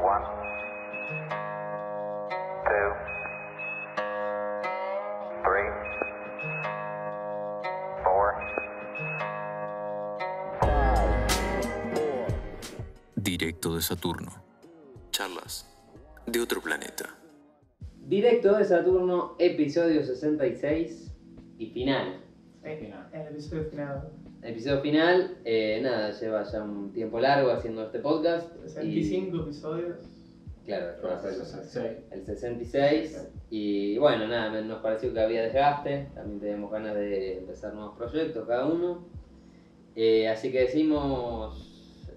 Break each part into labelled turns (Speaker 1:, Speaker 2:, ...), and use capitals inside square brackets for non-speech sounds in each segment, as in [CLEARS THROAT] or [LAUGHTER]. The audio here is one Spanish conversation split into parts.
Speaker 1: One, two, three, four.
Speaker 2: Directo de Saturno. Charlas de otro planeta.
Speaker 3: Directo de Saturno, episodio 66 y final.
Speaker 4: Final. El episodio final.
Speaker 3: Episodio final, eh, nada, lleva ya un tiempo largo haciendo este podcast. y-
Speaker 4: 65 episodios.
Speaker 3: claro, esto va a ser
Speaker 4: Sí.
Speaker 3: el 66. Y bueno, nada, me- nos pareció que había desgaste. También teníamos ganas de empezar nuevos proyectos cada uno. Eh, así que decidimos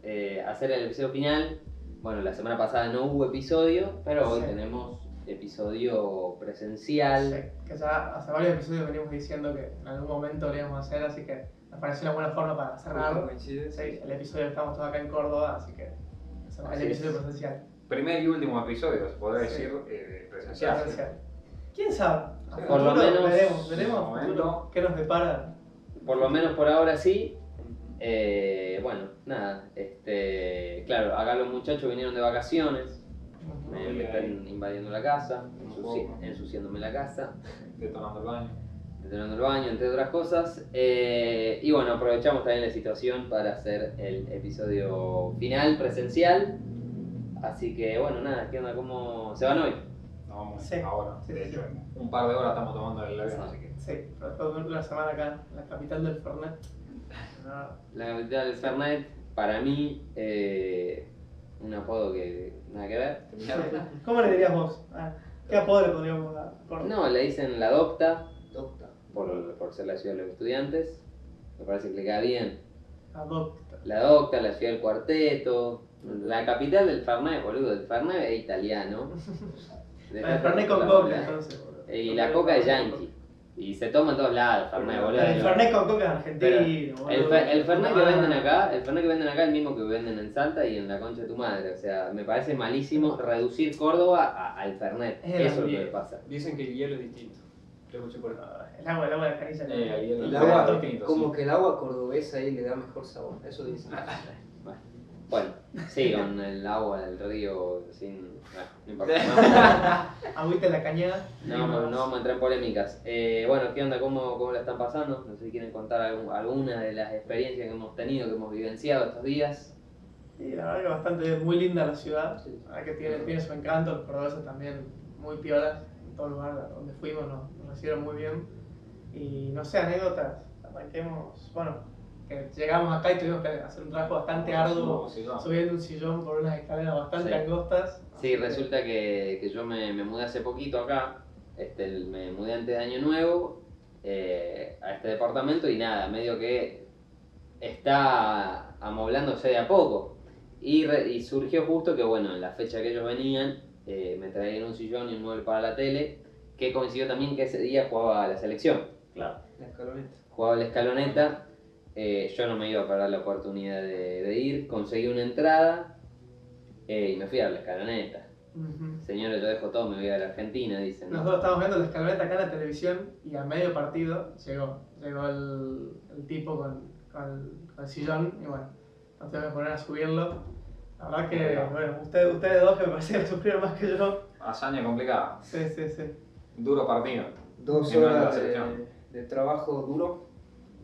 Speaker 3: eh, hacer el episodio final. Bueno, la semana pasada no hubo episodio, pero hoy
Speaker 4: Sí.
Speaker 3: tenemos episodio presencial.
Speaker 4: Que ya hace varios episodios venimos diciendo que en algún momento lo íbamos a hacer, así que nos pareció una buena forma para cerrarlo. Sí, el episodio estamos todos acá en Córdoba, así que es el
Speaker 5: Así
Speaker 4: episodio
Speaker 5: es.
Speaker 4: presencial.
Speaker 5: Primer y último episodio, se podría
Speaker 4: Sí.
Speaker 5: decir, eh, presencial.
Speaker 4: Presencial. ¿Quién sabe? A
Speaker 5: Por
Speaker 4: futuro
Speaker 3: lo menos-
Speaker 4: veremos, veremos a
Speaker 5: por lo
Speaker 4: futuro
Speaker 5: menos.
Speaker 4: qué nos depara.
Speaker 3: Por lo menos por ahora sí. Eh, bueno, nada. Este, claro, acá los muchachos vinieron de vacaciones.
Speaker 4: Ah,
Speaker 3: Me, me están invadiendo la casa, ensuci- ensuciándome la casa,
Speaker 5: Detonando el baño.
Speaker 3: detonando el baño, entre otras cosas. Eh, y bueno, aprovechamos también la situación para hacer el episodio final presencial. Así que bueno, nada, ¿qué onda? ¿Cómo se van hoy?
Speaker 5: No, vamos
Speaker 4: Sí.
Speaker 5: ahora.
Speaker 4: Sí,
Speaker 5: de
Speaker 4: sí,
Speaker 5: hecho,
Speaker 4: sí.
Speaker 5: en un par de horas estamos tomando el avión, así que.
Speaker 4: Sí, pero después de una semana acá, en la capital del Fernet. No,
Speaker 3: La capital del Fernet, para mí, eh, un apodo que nada que ver.
Speaker 4: sí. ¿Cómo le dirías vos? Ah, ¿Qué apodo le podríamos dar? Por-
Speaker 3: No, le dicen la adopta.
Speaker 5: Doctor.
Speaker 3: por, por ser la ciudad de los estudiantes. Me parece que le queda bien.
Speaker 4: Adopta.
Speaker 3: La Docta, la ciudad del cuarteto. La capital del Fernet, boludo. El Fernet es
Speaker 4: [LAUGHS]
Speaker 3: italiano.
Speaker 4: Ah, El Fernet con coca, entonces. boludo.
Speaker 3: Y la coca es yankee. Y se toma en todos lados, Fernet, boludo.
Speaker 4: Ah, El Fernet con coca es
Speaker 3: Pero
Speaker 4: argentino, boludo.
Speaker 3: El, fe- el Fernet que
Speaker 4: Ah.
Speaker 3: venden acá, el Fernet que venden acá es el mismo que venden en Salta y en la concha de tu madre. O sea, me parece malísimo reducir Córdoba a- al Fernet.
Speaker 4: Es el
Speaker 3: Eso es lo que
Speaker 4: ambiente.
Speaker 3: pasa.
Speaker 6: Dicen que el hielo es distinto. Lo escuché por acá.
Speaker 4: Ah, El agua, el agua de la canilla.
Speaker 5: Eh, ahí el,
Speaker 7: El
Speaker 5: agua
Speaker 7: agua,
Speaker 5: distinto,
Speaker 7: como
Speaker 5: sí.
Speaker 7: que el agua cordobesa ahí le da mejor sabor, eso dicen.
Speaker 3: Bueno, sí, con el agua del río, sin. bueno, no
Speaker 4: [LAUGHS]
Speaker 3: importa.
Speaker 4: Agüita de la cañada.
Speaker 3: No,
Speaker 4: Y
Speaker 3: no,
Speaker 4: más.
Speaker 3: no vamos a entrar en polémicas. Eh, bueno, ¿qué onda? ¿Cómo, ¿Cómo la están pasando? No sé si quieren contar algún- alguna de las experiencias que hemos tenido, que hemos vivenciado estos días.
Speaker 4: Y la verdad que bastante, muy linda la ciudad.
Speaker 7: Sí.
Speaker 4: La verdad que tiene, tiene su encanto, los cordobeses también muy piolas. En todo lugar donde fuimos nos, nos recibieron muy bien. Y no sé, anécdotas. Arranquemos, bueno, que llegamos acá y tuvimos que hacer un trabajo bastante arduo.
Speaker 5: Como si no.
Speaker 4: Subiendo un sillón por unas escaleras bastante
Speaker 3: Sí.
Speaker 4: angostas.
Speaker 3: Sí, resulta que, que yo me, me mudé hace poquito acá, este, el- me mudé antes de Año Nuevo eh, a este departamento y nada, medio que está amoblándose de a poco. Y, re- y surgió justo que, bueno, en la fecha que ellos venían, eh, me traían un sillón y un mueble para la tele, que coincidió también que ese día jugaba la selección.
Speaker 7: La escaloneta.
Speaker 3: jugaba la escaloneta, eh, yo no me iba a perder la oportunidad de, de ir, conseguí una entrada eh, y me fui a la escaloneta.
Speaker 4: Ujú.
Speaker 3: Señores, yo dejo todo, me voy a la Argentina, dicen. ¿no?
Speaker 4: Nosotros estábamos viendo la escaloneta acá en la televisión y a medio partido llegó. Llegó el, el tipo con, con el, con el sillón y bueno, nos tuvimos que poner a subirlo. La verdad que, bueno, ustedes, ustedes dos que me parecían que sufrieron más que yo.
Speaker 5: Hazaña complicada.
Speaker 4: Sí, sí, sí.
Speaker 5: Duro partido.
Speaker 7: Dos
Speaker 5: Miembro de la
Speaker 7: horas de,
Speaker 5: selección.
Speaker 7: de trabajo duro.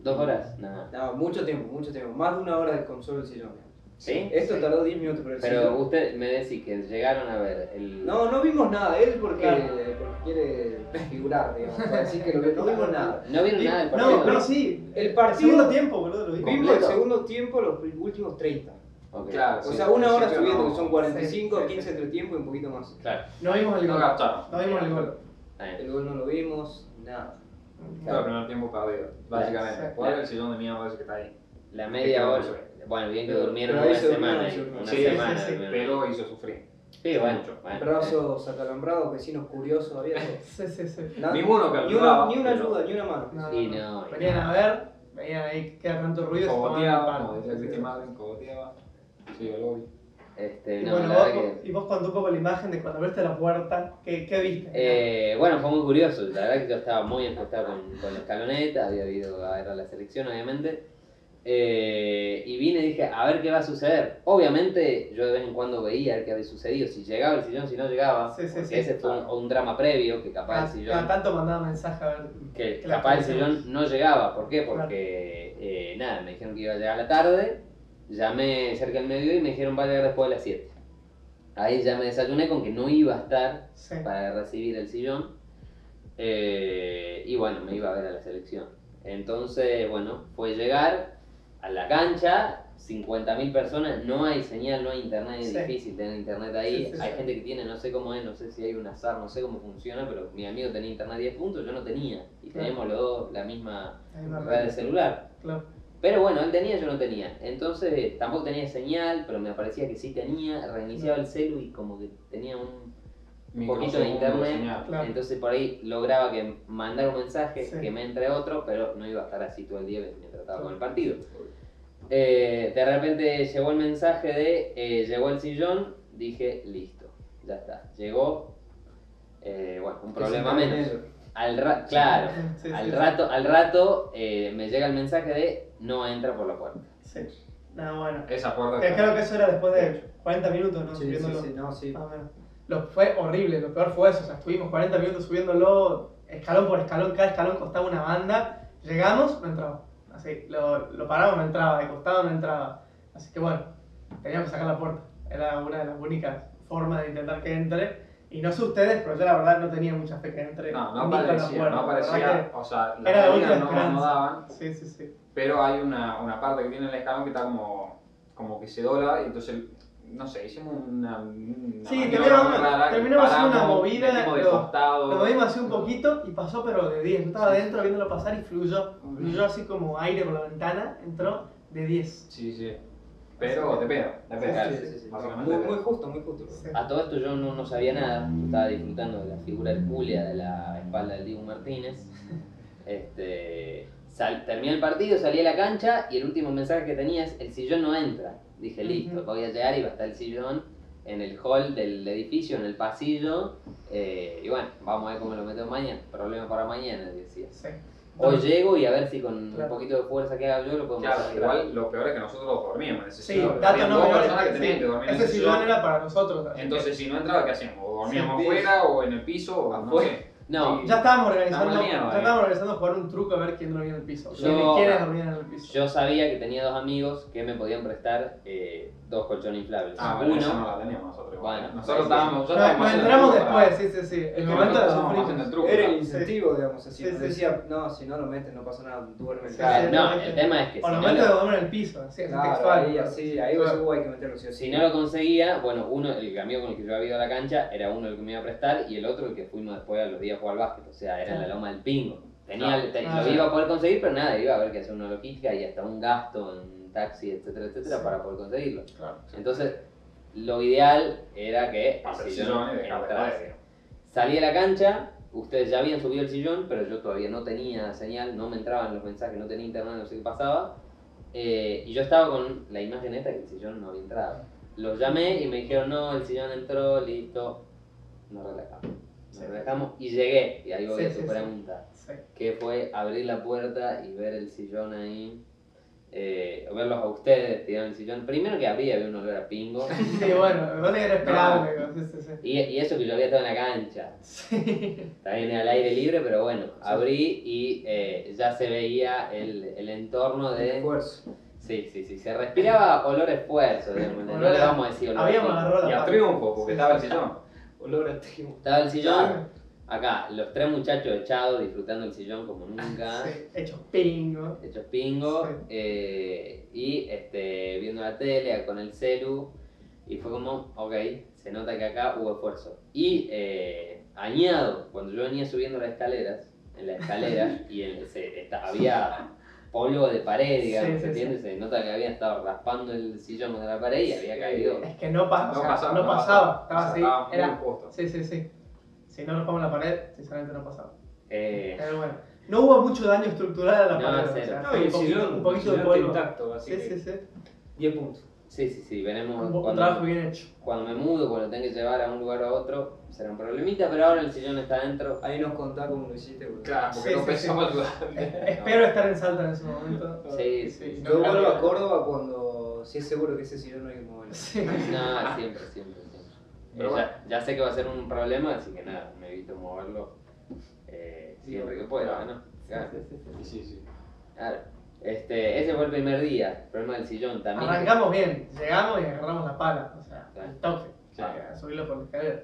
Speaker 3: ¿Dos horas? Nada.
Speaker 7: No, mucho tiempo, mucho tiempo. Más de una hora de consola el sillón. digamos.
Speaker 3: ¿Sí?
Speaker 7: Esto tardó 10 minutos por el
Speaker 3: Pero
Speaker 7: sillón.
Speaker 3: usted me decís que llegaron a ver el...
Speaker 7: No, no vimos nada, él porque,
Speaker 4: Claro.
Speaker 7: porque quiere figurar, digamos. para decir que lo que- no vimos nada.
Speaker 3: ¿No vieron nada del partido?
Speaker 4: No, no, sí.
Speaker 7: El
Speaker 4: Segundo
Speaker 7: partido,
Speaker 4: tiempo, boludo, lo vi.
Speaker 7: vimos el
Speaker 3: completo.
Speaker 7: segundo tiempo, los últimos 30.
Speaker 3: Ok.
Speaker 5: Claro,
Speaker 7: O
Speaker 5: sí,
Speaker 7: sea,
Speaker 5: al
Speaker 7: una hora
Speaker 5: principio
Speaker 7: subiendo,
Speaker 5: no-
Speaker 7: que son 45,
Speaker 4: Sí, sí,
Speaker 7: 15
Speaker 4: sí.
Speaker 7: entre tiempo y un poquito más.
Speaker 3: Claro.
Speaker 4: No vimos el
Speaker 5: No
Speaker 4: gol.
Speaker 5: captaron.
Speaker 4: No vimos el gol.
Speaker 3: Está bien.
Speaker 7: El gol no lo vimos, nada.
Speaker 5: Fue el primer tiempo perdido, básicamente.
Speaker 4: Claro.
Speaker 5: Por el sillón de mierda ese que está ahí.
Speaker 3: La media
Speaker 5: Pero-
Speaker 3: hora... Bueno, bien que
Speaker 7: Pero-
Speaker 3: durmieron
Speaker 7: pero ahí
Speaker 3: una
Speaker 7: se durmieron,
Speaker 3: semana.
Speaker 7: se
Speaker 3: ahí,
Speaker 7: durmieron.
Speaker 3: Una
Speaker 5: Sí, sí,
Speaker 3: semana.
Speaker 4: sí,
Speaker 3: durmieron.
Speaker 5: Pero hizo sufrir.
Speaker 3: Sí, bueno.
Speaker 5: Mucho.
Speaker 3: bueno.
Speaker 7: Brazos acalambrados, vecinos curiosos, abiertos.
Speaker 4: Sí, sí, sí.
Speaker 7: Nada.
Speaker 5: Ninguno
Speaker 7: Ni una,
Speaker 5: capturaba,
Speaker 7: ni una
Speaker 5: pero-
Speaker 7: ayuda, ni una mano.
Speaker 3: Y no, y
Speaker 4: Venían
Speaker 3: no.
Speaker 4: a ver, venían ahí, queda tanto ruido, se tomaban el
Speaker 5: Cogoteaba, como
Speaker 4: palo.
Speaker 5: decía Cristian Martin, cogoteaba. Sí, el lobby.
Speaker 3: Este,
Speaker 4: Y
Speaker 3: no,
Speaker 4: bueno,
Speaker 3: la
Speaker 4: vos,
Speaker 3: verdad que...
Speaker 4: y vos contó un poco la imagen de cuando abriste la puerta, ¿qué, qué viste?
Speaker 3: Eh, bueno, fue muy curioso. La verdad que yo estaba muy enfocado con, con la escaloneta, había ido a ver a la selección, obviamente. Eh, y vine y dije, a ver qué va a suceder. Obviamente, yo de vez en cuando veía el que había sucedido, si llegaba el sillón, si no llegaba.
Speaker 4: Sí, sí,
Speaker 3: porque
Speaker 4: sí. Ah,
Speaker 3: ese fue un, un drama previo que capaz
Speaker 4: Cada,
Speaker 3: el sillón,
Speaker 4: cada tanto mandaba mensaje a ver.
Speaker 3: que
Speaker 4: claro,
Speaker 3: capaz el
Speaker 4: sí.
Speaker 3: sillón no llegaba. ¿Por qué? Porque eh, nada, me dijeron que iba a llegar a la tarde, llamé cerca del mediodía y me dijeron va a llegar después de las 7. Ahí ya me desayuné con que no iba a estar
Speaker 4: Sí.
Speaker 3: para recibir el sillón. Eh, y bueno, me iba a ver a la selección. Entonces, bueno, fue llegar a la cancha, 50.000 personas, no hay señal, no hay internet, es
Speaker 4: Sí.
Speaker 3: difícil tener internet ahí.
Speaker 4: Sí, sí,
Speaker 3: hay
Speaker 4: sí.
Speaker 3: gente que tiene, no sé cómo es, no sé si hay un azar, no sé cómo funciona, pero mi amigo tenía internet 10 puntos, yo no tenía. Y
Speaker 4: Claro.
Speaker 3: teníamos los dos la misma
Speaker 4: Ahí me
Speaker 3: red de celular.
Speaker 4: Claro.
Speaker 3: Pero bueno, él tenía, yo no tenía. Entonces tampoco tenía señal, pero me aparecía que sí tenía. Reiniciaba el celu y como que tenía un poquito de
Speaker 5: Microsegundo
Speaker 3: internet.
Speaker 5: señal.
Speaker 4: Claro.
Speaker 3: Entonces por ahí lograba que mandara un mensaje,
Speaker 4: Sí.
Speaker 3: que me entre otro, pero no iba a estar así todo el día mientras estaba con el partido. Eh, de repente llegó el mensaje de, eh, llegó el sillón, dije, listo, ya está. Llegó, eh, bueno, un problema menos. Al ra- claro,
Speaker 4: Sí, sí,
Speaker 3: al
Speaker 4: sí.
Speaker 3: rato, al rato eh, me llega el mensaje de, no entra por la puerta.
Speaker 4: Sí. No, bueno.
Speaker 5: Esa puerta.
Speaker 4: Eh, Creo que eso era después de 40 minutos, ¿no?
Speaker 7: Sí, sí,
Speaker 4: Subiéndolo.
Speaker 7: sí, no, sí.
Speaker 4: Más o menos. Lo, fue horrible, lo peor fue eso. O sea, estuvimos 40 minutos subiéndolo, escalón por escalón, cada escalón costaba una banda. Llegamos, no entraba. Así, lo, lo paramos, no entraba, de costado no entraba. Así que bueno, teníamos que sacar la puerta. Era una de las únicas formas de intentar que entre. Y no sé ustedes, pero yo la verdad no tenía mucha fe que entre.
Speaker 5: No,
Speaker 4: Ni
Speaker 5: no
Speaker 4: con la
Speaker 5: parecía,
Speaker 4: puerta,
Speaker 5: no
Speaker 4: la verdad
Speaker 5: parecía. O sea,
Speaker 4: era la
Speaker 5: las
Speaker 4: única
Speaker 5: reglas no, no
Speaker 4: esperanza.
Speaker 5: daban,
Speaker 4: que- Sí, sí, sí.
Speaker 5: pero hay una, una parte que tiene el escalón que está como, como que se dobla, y entonces, no sé, hicimos una. una
Speaker 4: Sí,
Speaker 5: maniobra
Speaker 4: terminamos-
Speaker 5: muy rara, que
Speaker 4: terminamos haciendo una
Speaker 5: paramos,
Speaker 4: movida,
Speaker 5: metimos de
Speaker 4: lo-
Speaker 5: costado.
Speaker 4: Lo dimos así un poquito y pasó, pero de 10. Yo estaba adentro viéndolo pasar y fluyó. Fluyó así como aire por la ventana, entró de 10.
Speaker 5: Sí, sí. Pero te pedo, te pedo.
Speaker 7: Sí, sí, sí, sí.
Speaker 4: Ah,
Speaker 5: Básicamente
Speaker 7: Muy,
Speaker 5: te pedo.
Speaker 7: muy justo, muy justo.
Speaker 5: Ah,
Speaker 4: Sí.
Speaker 3: A todo esto yo no, no sabía nada, yo estaba disfrutando de la figura hercúlea de la espalda del Dibu
Speaker 5: [LAUGHS]
Speaker 3: Martínez. Este, sal- terminé el partido, salí a la cancha y el último mensaje que tenía es el sillón no entra. Dije,
Speaker 4: Ujú.
Speaker 3: listo, voy a llegar y va a estar el sillón en el hall del edificio, en el pasillo. eh, y bueno, vamos a ver cómo lo meto mañana. Problema para mañana, decía.
Speaker 4: Sí.
Speaker 3: Hoy llego y a ver si con
Speaker 4: Claro.
Speaker 3: un poquito de fuerza que haga yo lo puedo
Speaker 5: Claro,
Speaker 3: meter.
Speaker 5: igual lo peor es que nosotros dormíamos en ese
Speaker 4: Sí,
Speaker 5: sillón.
Speaker 4: dato
Speaker 5: Habían
Speaker 4: no
Speaker 5: dos
Speaker 4: menor
Speaker 5: personas
Speaker 4: es
Speaker 5: que
Speaker 4: que
Speaker 5: tenían que dormir en
Speaker 4: ese
Speaker 5: ese
Speaker 4: sillón
Speaker 5: sillón.
Speaker 4: era para nosotros. así que
Speaker 5: Entonces, si no entraba, ¿qué hacíamos? ¿O dormíamos
Speaker 4: Sí,
Speaker 5: afuera o en el piso o no
Speaker 3: Afuera.
Speaker 5: sé?
Speaker 3: No,
Speaker 4: ya
Speaker 5: Está
Speaker 4: estábamos organizando,
Speaker 5: mal miedo,
Speaker 4: ya
Speaker 5: eh.
Speaker 4: estábamos organizando jugar un truco a ver quién dormía en el piso.
Speaker 3: Yo-
Speaker 4: ¿Quién quiere dormir en el piso?
Speaker 3: Yo sabía que tenía dos amigos que me podían prestar eh, dos colchones inflables.
Speaker 5: Ah, bueno, esa no la teníamos nosotros. igual.
Speaker 3: Bueno,
Speaker 5: nosotros
Speaker 3: sí, sí.
Speaker 5: estábamos. nosotros
Speaker 4: Nos-
Speaker 5: estábamos
Speaker 4: Nos
Speaker 5: haciendo
Speaker 4: enteramos
Speaker 5: truco para-
Speaker 4: después, sí, sí, sí. El
Speaker 5: No,
Speaker 4: momento de
Speaker 5: nosotros
Speaker 4: los
Speaker 5: estábamos
Speaker 4: sufrimos.
Speaker 5: haciendo el truco.
Speaker 7: Era el
Speaker 4: Sí.
Speaker 7: incentivo, digamos, así.
Speaker 4: Sí,
Speaker 7: nos
Speaker 4: sí,
Speaker 7: decía, no, si no lo meten, no pasa nada, duermen.
Speaker 4: Sí,
Speaker 3: Claro,
Speaker 4: sí,
Speaker 3: eh, no,
Speaker 4: sí,
Speaker 3: el
Speaker 4: sí.
Speaker 3: tema es que
Speaker 4: O
Speaker 3: si
Speaker 4: el
Speaker 3: no
Speaker 4: momento
Speaker 3: lo-
Speaker 4: de dormir en el piso, así, así
Speaker 7: Claro,
Speaker 4: textual.
Speaker 7: ahí así, ahí
Speaker 4: Claro.
Speaker 7: hubo- hubo hay que meterlo sí o sí.
Speaker 3: Si no lo conseguía, bueno, uno, el amigo con el que yo había ido a la cancha, era uno el que me iba a prestar y el otro el que fuimos después a los días a jugar al básquet. O sea, era en la loma del pingo. Tenía,
Speaker 5: Claro.
Speaker 3: te-
Speaker 4: Ah,
Speaker 3: lo
Speaker 4: sí.
Speaker 3: iba a poder conseguir, pero nada, iba a haber que hacer una logística y hasta un gasto en taxi, etcétera, etcétera,
Speaker 4: Sí.
Speaker 3: para poder conseguirlo.
Speaker 4: Claro.
Speaker 3: Entonces, lo ideal era que
Speaker 5: Pasar
Speaker 3: el
Speaker 5: el
Speaker 3: sillón
Speaker 5: sillón y dejar de
Speaker 3: entrase.
Speaker 5: joder.
Speaker 3: Salí a la cancha, ustedes ya habían subido el sillón, pero yo todavía no tenía señal, no me entraban los mensajes, no tenía internet, no sé qué pasaba. Eh, y yo estaba con la imagen esta que el sillón no había entrado. Los llamé y me dijeron, no, el sillón entró, listo. Nos relajamos. Nos
Speaker 4: Sí.
Speaker 3: relajamos y llegué. Y ahí voy
Speaker 4: Sí,
Speaker 3: a tu
Speaker 4: sí, sí.
Speaker 3: pregunta.
Speaker 4: Sí.
Speaker 3: Que fue abrir la puerta y ver el sillón ahí. Eh, verlos a ustedes tirar el sillón. Primero que abrí había un olor a
Speaker 4: [LAUGHS]
Speaker 3: pingo.
Speaker 4: Sí, bueno, me parece que era esperable. Sí, sí, sí.
Speaker 3: Y, y eso que yo había estado en la cancha.
Speaker 4: Sí.
Speaker 3: También al aire libre, pero bueno, abrí y eh, ya se veía el, el entorno de...
Speaker 7: Esfuerzo.
Speaker 3: Sí, sí, sí, se respiraba olor a esfuerzo, digamos, no
Speaker 4: Olor
Speaker 3: le
Speaker 4: a-
Speaker 3: vamos a decir olor a
Speaker 4: [LAUGHS] Habíamos
Speaker 3: pico.
Speaker 4: agarrado
Speaker 5: Y
Speaker 4: la
Speaker 5: a
Speaker 4: pata.
Speaker 5: triunfo, porque
Speaker 4: Sí,
Speaker 5: estaba el sillón.
Speaker 6: Olor a trigo.
Speaker 3: Estaba el sillón, acá, los tres muchachos echados, disfrutando el sillón como nunca,
Speaker 4: Sí, Hecho pingo.
Speaker 3: hechos pingo,
Speaker 4: Sí.
Speaker 3: eh, y este, viendo la tele con el celu, y fue como, ok, se nota que acá hubo esfuerzo. Y eh, añado, cuando yo venía subiendo las escaleras, en la
Speaker 4: [LAUGHS]
Speaker 3: escalera, y en- se- esta- había polvo de pared, digamos,
Speaker 4: Sí, sí,
Speaker 3: ¿se entiende? Se nota que había estado raspando el sillón contra la pared y había caído.
Speaker 4: Es que no, pa- o
Speaker 5: No
Speaker 4: sea,
Speaker 5: pasaba,
Speaker 4: no
Speaker 5: no pasaba. O sea,
Speaker 4: pasaba, estaba
Speaker 5: estaba
Speaker 4: así,
Speaker 5: muy
Speaker 4: era,
Speaker 5: justo.
Speaker 4: sí, sí, sí. Si no nos pongo en la pared, sinceramente no pasaba.
Speaker 3: Eh,
Speaker 4: Pero bueno, no hubo mucho daño estructural a la
Speaker 3: No,
Speaker 4: pared, o
Speaker 3: cero.
Speaker 4: sea,
Speaker 6: No,
Speaker 4: fue
Speaker 6: y
Speaker 4: un
Speaker 6: el
Speaker 4: poquito,
Speaker 6: sillón,
Speaker 4: un poquito
Speaker 6: el
Speaker 4: de
Speaker 6: sillón
Speaker 4: polvo.
Speaker 6: intacto, así
Speaker 4: Sí,
Speaker 6: que
Speaker 4: sí, sí.
Speaker 6: 10 puntos.
Speaker 3: Sí, sí, sí, veremos.
Speaker 4: Un, un
Speaker 3: cuando-
Speaker 4: trabajo
Speaker 3: [LAUGHS]
Speaker 4: bien hecho.
Speaker 3: cuando me mudo, cuando tenga que llevar a un lugar a otro, será un problemita, pero ahora el sillón está adentro.
Speaker 6: Ahí nos contás cómo lo hiciste, boludo.
Speaker 5: Claro, porque
Speaker 4: Sí,
Speaker 5: no
Speaker 4: sí,
Speaker 5: pensamos
Speaker 4: Eh,
Speaker 5: ayudar.
Speaker 4: Espero estar en Salta en ese momento.
Speaker 3: Sí, sí.
Speaker 4: no
Speaker 7: Yo
Speaker 4: creo
Speaker 7: vuelvo
Speaker 4: que-
Speaker 7: a Córdoba cuando sí es seguro que ese sillón no hay que
Speaker 4: [LAUGHS]
Speaker 7: moverlo.
Speaker 4: Sí.
Speaker 3: No, siempre, siempre, siempre.
Speaker 5: Pero
Speaker 3: Eh,
Speaker 5: bueno.
Speaker 3: ya, ya sé que va a ser un problema, así que nada, me evito moverlo eh, siempre que pueda, ¿no? Claro.
Speaker 5: Sí, sí.
Speaker 3: Claro. Este, ese fue el primer día, el problema del sillón también.
Speaker 4: Arrancamos bien, llegamos y agarramos la pala, o sea,
Speaker 3: Claro.
Speaker 4: el toque,
Speaker 5: Sí.
Speaker 4: para subirlo por la escalera.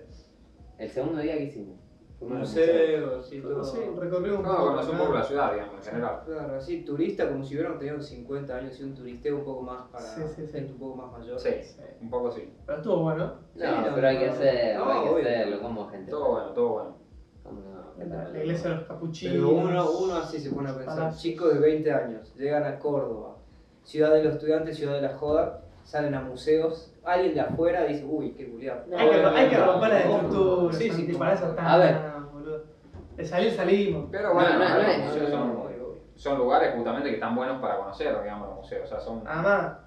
Speaker 3: El segundo día que hicimos. Fuimos al museo.
Speaker 6: Museos y todo.
Speaker 4: Sí, recorrimos un
Speaker 5: No,
Speaker 4: poco.
Speaker 5: conoce un poco la ciudad, digamos, en general.
Speaker 7: Claro, así turista, como si hubieran tenido 50 años y un turisteo un poco más para
Speaker 4: Sí, sí, sí.
Speaker 7: gente un poco más mayor.
Speaker 5: Sí,
Speaker 4: Sí.
Speaker 5: un poco sí.
Speaker 4: Pero estuvo bueno.
Speaker 3: No,
Speaker 7: Sí, no,
Speaker 3: pero hay que
Speaker 7: no,
Speaker 3: hacerlo,
Speaker 7: no,
Speaker 3: hay que
Speaker 7: obvio.
Speaker 3: hacerlo, como gente.
Speaker 5: Todo bueno, todo bueno.
Speaker 3: ¿Cómo no? ¿Qué
Speaker 4: La
Speaker 3: tal?
Speaker 4: la iglesia de los capuchinos.
Speaker 7: Pero uno, uno así se pone a pensar.
Speaker 4: Para-
Speaker 7: Chicos de 20 años, llegan a Córdoba, ciudad de los estudiantes, ciudad de la joda, salen a museos. Alguien de afuera dice, uy, qué culiado.
Speaker 4: Hay que, hay que
Speaker 5: No,
Speaker 4: romper la
Speaker 7: no,
Speaker 4: estructura,
Speaker 7: sí, sí,
Speaker 4: Santi,
Speaker 7: como-
Speaker 4: para eso está.
Speaker 3: A ver.
Speaker 4: boludo. De salir salimos.
Speaker 5: Pero bueno,
Speaker 3: No, no,
Speaker 5: los
Speaker 3: no, no,
Speaker 5: museos son, son lugares justamente que están buenos para conocer, digamos, los museos. O sea, son.
Speaker 4: Además,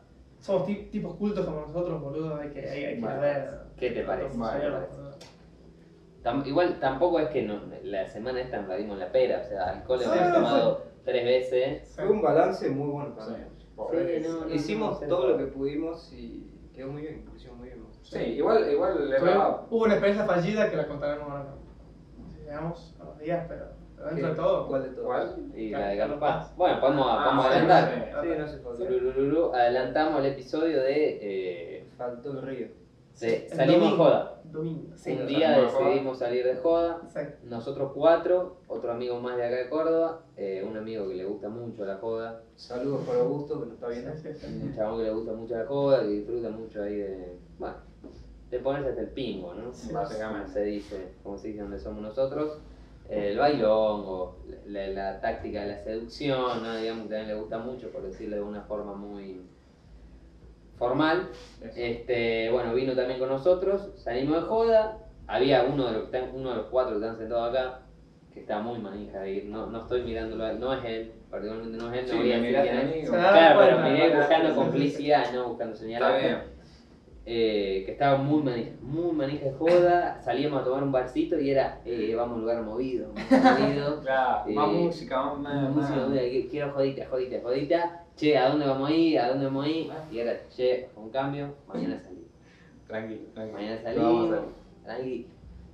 Speaker 4: somos ti- tipos cultos como nosotros, boludo. Hay que, hay, hay que
Speaker 5: Bueno.
Speaker 4: ver.
Speaker 3: ¿Qué te parece?
Speaker 5: Bueno,
Speaker 3: ¿Qué te parece? Tam- igual tampoco es que no- la semana esta invadimos la pera, o sea, alcohol
Speaker 4: Sí,
Speaker 3: hemos
Speaker 4: sí.
Speaker 3: tomado tres veces.
Speaker 4: Sí.
Speaker 7: Fue un balance muy bueno para
Speaker 5: Sí,
Speaker 7: mí.
Speaker 5: pobre.
Speaker 3: Sí, no, no,
Speaker 7: Hicimos
Speaker 3: no, no,
Speaker 7: todo
Speaker 3: no.
Speaker 7: lo que pudimos y quedó muy bien, inclusión muy bien.
Speaker 5: Sí, igual, igual es
Speaker 4: Tuve-
Speaker 5: verdad.
Speaker 4: hubo una experiencia fallida que la contaremos ahora. Llegamos a los días, pero pero dentro de todo.
Speaker 7: ¿Cuál de todo?
Speaker 5: Igual.
Speaker 3: Y
Speaker 4: Claro,
Speaker 3: la de
Speaker 4: Carlos
Speaker 3: Carlos Paz. Bueno, podemos, podemos
Speaker 5: sí,
Speaker 3: adelantar.
Speaker 5: sí.
Speaker 7: Sí, no se faltó.
Speaker 3: Tururururu, Adelantamos el episodio de, eh,
Speaker 7: Faltó el río.
Speaker 3: de
Speaker 4: El
Speaker 3: Salimos de
Speaker 4: domingo.
Speaker 3: Joda.
Speaker 4: Domingo. Sí.
Speaker 3: Un
Speaker 5: nos
Speaker 3: día
Speaker 5: salimos de joda.
Speaker 3: decidimos salir de joda.
Speaker 4: Exacto.
Speaker 3: Nosotros cuatro, otro amigo más de acá de Córdoba, eh, un amigo que le gusta mucho la joda,
Speaker 7: Saludos para Augusto que nos está viendo.
Speaker 4: Sí, sí, sí.
Speaker 3: un chabón que le gusta mucho la joda, que disfruta mucho ahí de. Bueno, de ponerse hasta el pingo, ¿no?
Speaker 4: Sí.
Speaker 3: como
Speaker 5: Básicamente.
Speaker 3: se dice, como se dice donde somos nosotros, el bailongo, la, la táctica de la seducción, ¿no? digamos que también le gusta mucho, por decirlo de una forma muy formal.
Speaker 5: Eso.
Speaker 3: Este, bueno, vino también con nosotros, salimos de joda, había uno de los, que están- uno de los cuatro que están sentados acá, que está muy manija de ir, no, no estoy mirándolo, a él, no es él, particularmente no es él, no
Speaker 5: Sí,
Speaker 3: voy a
Speaker 5: me
Speaker 3: decir
Speaker 5: miraste
Speaker 3: quién es.
Speaker 5: a mí,
Speaker 4: Se
Speaker 5: bueno,
Speaker 4: da
Speaker 3: Claro, pero
Speaker 4: cuenta,
Speaker 3: miré
Speaker 4: Ah, ¿no?
Speaker 3: buscando
Speaker 4: Sí, sí, sí.
Speaker 3: complicidad, no buscando señalar
Speaker 5: Está bien.
Speaker 3: eh, que estaba muy manija, muy manija de joda, salíamos a tomar un barcito y era, eh, vamos a un lugar movido,
Speaker 5: [LAUGHS]
Speaker 3: vamos movido,
Speaker 5: Claro, más
Speaker 3: Sí.
Speaker 5: música, más.
Speaker 3: Una
Speaker 5: más-
Speaker 3: música movida, que- quiero jodita, jodita, jodita, che, ¿a dónde vamos a ir? ¿A dónde vamos a ir? Y era, che, un cambio, mañana salimos,
Speaker 5: Tranquilo, tranquilo.
Speaker 3: mañana
Speaker 5: Lo vamos a
Speaker 3: salimos,
Speaker 5: hacer.
Speaker 3: tranqui,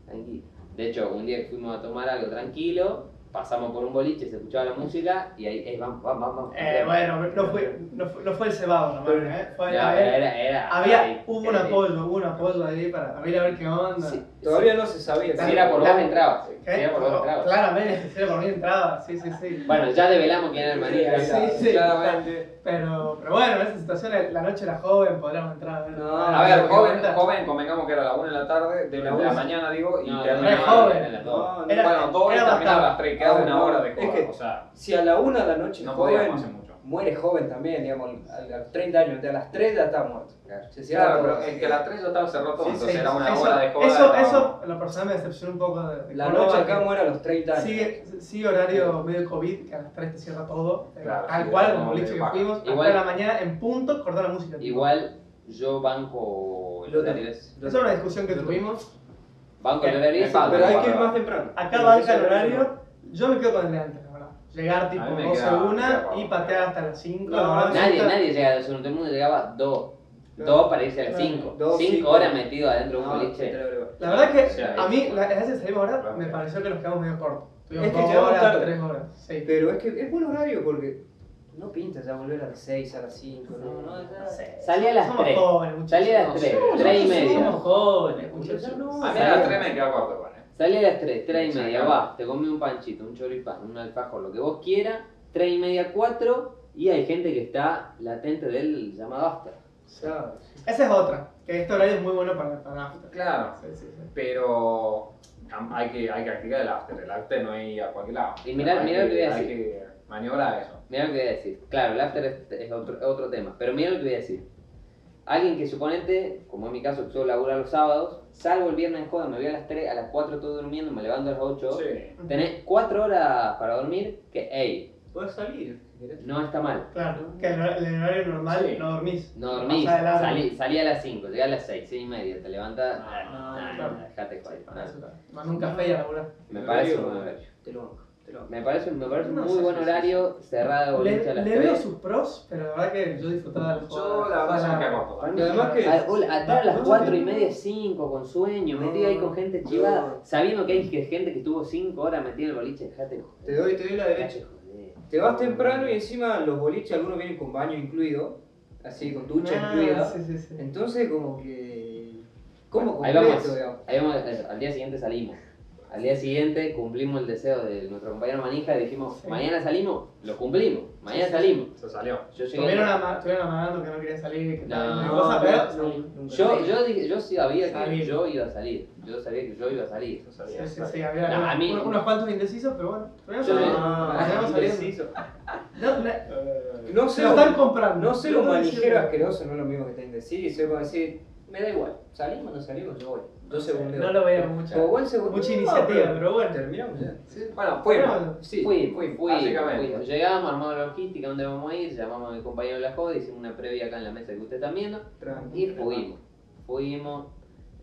Speaker 3: tranqui. De hecho, un día que fuimos a tomar algo tranquilo, pasamos por un boliche, se escuchaba la música y ahí, eh, vamos, vamos, vamos.
Speaker 4: Eh, bueno, no fue, no fue, no fue el cebado nomás, ¿eh? Fue-
Speaker 3: Ya,
Speaker 4: había-
Speaker 3: era, era,
Speaker 4: había,
Speaker 3: ahí,
Speaker 4: hubo un
Speaker 3: era ahí.
Speaker 4: apoyo, hubo un apoyo ahí para, para ir a ver qué onda.
Speaker 3: Sí,
Speaker 7: Todavía no se sabía.
Speaker 3: Si era por vos entraba. Si
Speaker 4: ¿Qué?
Speaker 3: era por vos entraba.
Speaker 4: ¿Eh? Claramente, [LAUGHS] si era por mí entraba, sí, sí, sí.
Speaker 3: Bueno, ya develamos quién era el manija.
Speaker 4: Sí, sí.
Speaker 5: Claramente.
Speaker 4: Pero, pero bueno, en esa situación la noche era joven, podríamos entrar a ver.
Speaker 7: No,
Speaker 5: A ver,
Speaker 4: qué
Speaker 5: joven,
Speaker 4: onda.
Speaker 5: joven, convengamos que era la 1 de la tarde, de la, de la mañana digo, y
Speaker 3: No,
Speaker 5: terminaba-
Speaker 4: era joven.
Speaker 3: era
Speaker 7: No, no.
Speaker 4: Era-
Speaker 5: bueno, dos y
Speaker 4: era
Speaker 5: terminaba a las
Speaker 4: bastante.
Speaker 5: 3, quedaba
Speaker 7: Ah,
Speaker 5: una
Speaker 7: no.
Speaker 5: hora de
Speaker 7: Es
Speaker 5: joda,
Speaker 7: que-
Speaker 5: o sea,
Speaker 7: Si a la una de la noche
Speaker 5: no
Speaker 7: joven,
Speaker 5: podíamos hacer mucho.
Speaker 7: muere joven también, digamos, a los 30 años, de a las 3 ya está muerto. Se cierra
Speaker 5: Claro,
Speaker 7: todo.
Speaker 5: pero es que a las 3 ya estaba cerrado todo,
Speaker 4: Sí,
Speaker 5: entonces
Speaker 4: sí,
Speaker 5: era una
Speaker 4: eso-
Speaker 5: hora de joda.
Speaker 4: Eso,
Speaker 5: era-
Speaker 4: eso, en lo personal me decepcionó un poco. De, de
Speaker 7: La
Speaker 4: Córdoba,
Speaker 7: noche acá
Speaker 4: que
Speaker 7: muere a los 30 años.
Speaker 4: Sigue, sigue horario medio COVID, que a las 3 te cierra todo. eh,
Speaker 5: Claro,
Speaker 4: tal
Speaker 5: sí,
Speaker 4: cual,
Speaker 5: era
Speaker 4: como
Speaker 5: como
Speaker 4: el boliche
Speaker 5: medio
Speaker 4: que
Speaker 5: baja.
Speaker 4: fuimos, hasta
Speaker 3: Igual-
Speaker 4: la mañana en punto, cortó la música.
Speaker 3: Igual yo banco el
Speaker 7: Lo-
Speaker 3: horario ese.
Speaker 4: Esa es una discusión que
Speaker 7: Yo-
Speaker 4: tuvimos.
Speaker 3: Banco el horario ese.
Speaker 5: Pero
Speaker 7: Pero
Speaker 5: hay
Speaker 7: hay
Speaker 5: Bárbaro.
Speaker 7: que ir más temprano.
Speaker 4: Acá baja el horario. Yo me quedo con el de antes, la verdad. Llegar tipo
Speaker 5: A mí me
Speaker 4: 12
Speaker 5: queda-
Speaker 4: a 1
Speaker 5: queda
Speaker 4: y
Speaker 5: bajo.
Speaker 4: patear hasta las 5.
Speaker 7: No,
Speaker 3: Nadie, nadie llegaba a las uno, todo el mundo llegaba dos. Dos para irse a las
Speaker 4: Claro.
Speaker 3: cinco.
Speaker 7: Dos,
Speaker 3: Cinco
Speaker 7: cinco.
Speaker 3: horas metido adentro de un
Speaker 7: No,
Speaker 3: boliche.
Speaker 4: La verdad que
Speaker 5: Sí,
Speaker 4: a mí,
Speaker 5: sí.
Speaker 4: la, las veces que salimos ahora, me pareció que nos quedamos medio cortos. Tuvimos
Speaker 7: Es que
Speaker 4: dos
Speaker 7: llegamos
Speaker 4: horas,
Speaker 7: tarde.
Speaker 4: tres horas. Sí.
Speaker 7: Pero es que es buen horario porque no pinta ya volver a las 6, a las 5, no, no, ya-
Speaker 3: Salí a las
Speaker 4: Somos
Speaker 3: tres.
Speaker 4: jóvenes, muchachos.
Speaker 3: Salí a las tres,
Speaker 4: Somos-
Speaker 3: tres y media.
Speaker 4: Somos jóvenes,
Speaker 7: Ya
Speaker 4: muchachos.
Speaker 7: no,
Speaker 5: A mí a
Speaker 7: salía-
Speaker 5: las 3 me quedaba corto, igual, eh.
Speaker 3: Salí a las tres, tres y media,
Speaker 5: Exacto.
Speaker 3: va, te comí un panchito, un choripán, un alfajor, lo que vos quieras, tres y media, cuatro, y hay gente que está latente del llamado after.
Speaker 7: ya.
Speaker 4: Esa es otra, que este horario es muy bueno para, para after.
Speaker 5: Claro,
Speaker 4: Sí, sí, sí.
Speaker 5: pero tam- hay que, hay que activar el after, el after no hay a cualquier lado.
Speaker 3: Y mirá-
Speaker 5: Hay
Speaker 3: mirá lo que voy a
Speaker 5: Hay que maniobrar eso.
Speaker 3: Mira lo que voy a decir. Claro, el after es, es otro, es otro tema. Pero mira lo que voy a decir. Alguien que suponente, como en mi caso, que suelo laburar los sábados, salgo el viernes en joda, me voy a las 3, a las 4 estoy durmiendo, me levanto a las 8.
Speaker 5: Sí.
Speaker 3: Tenés 4 horas para dormir que, hey,
Speaker 7: Puedes salir. querés.
Speaker 3: No está mal.
Speaker 4: Claro, que en el en el horario normal
Speaker 5: Sí.
Speaker 4: no dormís.
Speaker 3: No dormís,
Speaker 4: Pasás de largo.
Speaker 3: salí, salí a las 5, llegué a las 6, 6 y media, te levantas.
Speaker 5: Ah,
Speaker 3: nah,
Speaker 4: claro.
Speaker 3: nah, dejate joder, nah.
Speaker 4: Para eso, claro. Mandó un café y a laburar.
Speaker 3: Me
Speaker 5: El
Speaker 3: parece un
Speaker 5: horario-
Speaker 3: buen horario.
Speaker 7: Te lo banco, te lo banco.
Speaker 3: Me parece, me parece un
Speaker 5: No
Speaker 3: muy
Speaker 5: sé,
Speaker 3: buen
Speaker 5: sí, sí,
Speaker 3: horario, cerrada boliche a
Speaker 4: Le,
Speaker 3: las
Speaker 4: le veo
Speaker 3: 3.
Speaker 4: sus pros, pero la verdad que yo disfrutaba de
Speaker 5: Yo
Speaker 4: la joda.
Speaker 5: la verdad ya me quedé
Speaker 4: Para-
Speaker 5: corto.
Speaker 7: Y además que- Ah,
Speaker 3: A- hola, Atrás a las
Speaker 4: No,
Speaker 3: 4 y
Speaker 4: no.
Speaker 3: media, 5, con sueño,
Speaker 7: No,
Speaker 3: metido ahí con gente
Speaker 7: no.
Speaker 3: chivada, sabiendo que hay que- gente que estuvo 5 horas metida en el boliche, dejate joder.
Speaker 7: Te doy, te doy la derecha.
Speaker 3: Dejate joder.
Speaker 7: Te vas temprano y encima los boliches, algunos vienen con baño incluido, así con ducha
Speaker 4: Ah,
Speaker 7: incluida.
Speaker 4: Sí, sí, sí.
Speaker 7: Entonces, como que. Como
Speaker 3: Ahí
Speaker 7: completo,
Speaker 3: vamos,
Speaker 7: digamos.
Speaker 3: ahí vamos, al al día siguiente salimos. Al día siguiente cumplimos el deseo de nuestro compañero Manija y dijimos,
Speaker 4: Sí.
Speaker 3: mañana salimos, lo cumplimos, mañana salimos.
Speaker 5: Se salió.
Speaker 3: Yo llegué
Speaker 4: Estuvieron ama- estuvieron amagando que no querían salir, que
Speaker 3: No,
Speaker 4: tal,
Speaker 3: no,
Speaker 4: cosa, pero
Speaker 7: no,
Speaker 4: salí.
Speaker 7: nunca.
Speaker 3: Yo, yo, dije- yo sabía que
Speaker 4: Salir.
Speaker 3: yo iba a salir. Yo sabía que yo iba a salir.
Speaker 5: Se
Speaker 4: Sí,
Speaker 5: salió.
Speaker 4: sí, sí, había
Speaker 3: No, a mí-
Speaker 4: unos, unos cuantos indecisos, pero bueno. Pero
Speaker 3: Yo-
Speaker 4: no,
Speaker 7: Ah,
Speaker 4: no,
Speaker 7: indeciso.
Speaker 4: no, no,
Speaker 7: No
Speaker 4: se
Speaker 7: sé,
Speaker 4: lo
Speaker 7: lo-
Speaker 4: están comprando.
Speaker 7: no sé lo manijero
Speaker 4: manijeras
Speaker 7: asqueroso, no es lo mismo que está indeciso. Es como decir, me da igual, salimos o no salimos, yo voy. Yo segundeo.
Speaker 4: No lo veo mucho.
Speaker 7: Como buen segundo. Ah,
Speaker 4: Mucha iniciativa, pero bueno.
Speaker 7: Terminamos ya.
Speaker 5: Bueno, fuimos.
Speaker 4: Bueno,
Speaker 7: Sí,
Speaker 3: fui, fui,
Speaker 7: fuimos,
Speaker 3: fui,
Speaker 5: básicamente.
Speaker 3: fui. Llegamos, armamos la logística, ¿dónde vamos a ir? Llamamos a mi compañero de la joda, hicimos una previa acá en la mesa que ustedes están viendo.
Speaker 7: tranqui.
Speaker 3: Y fuimos. Fuimos.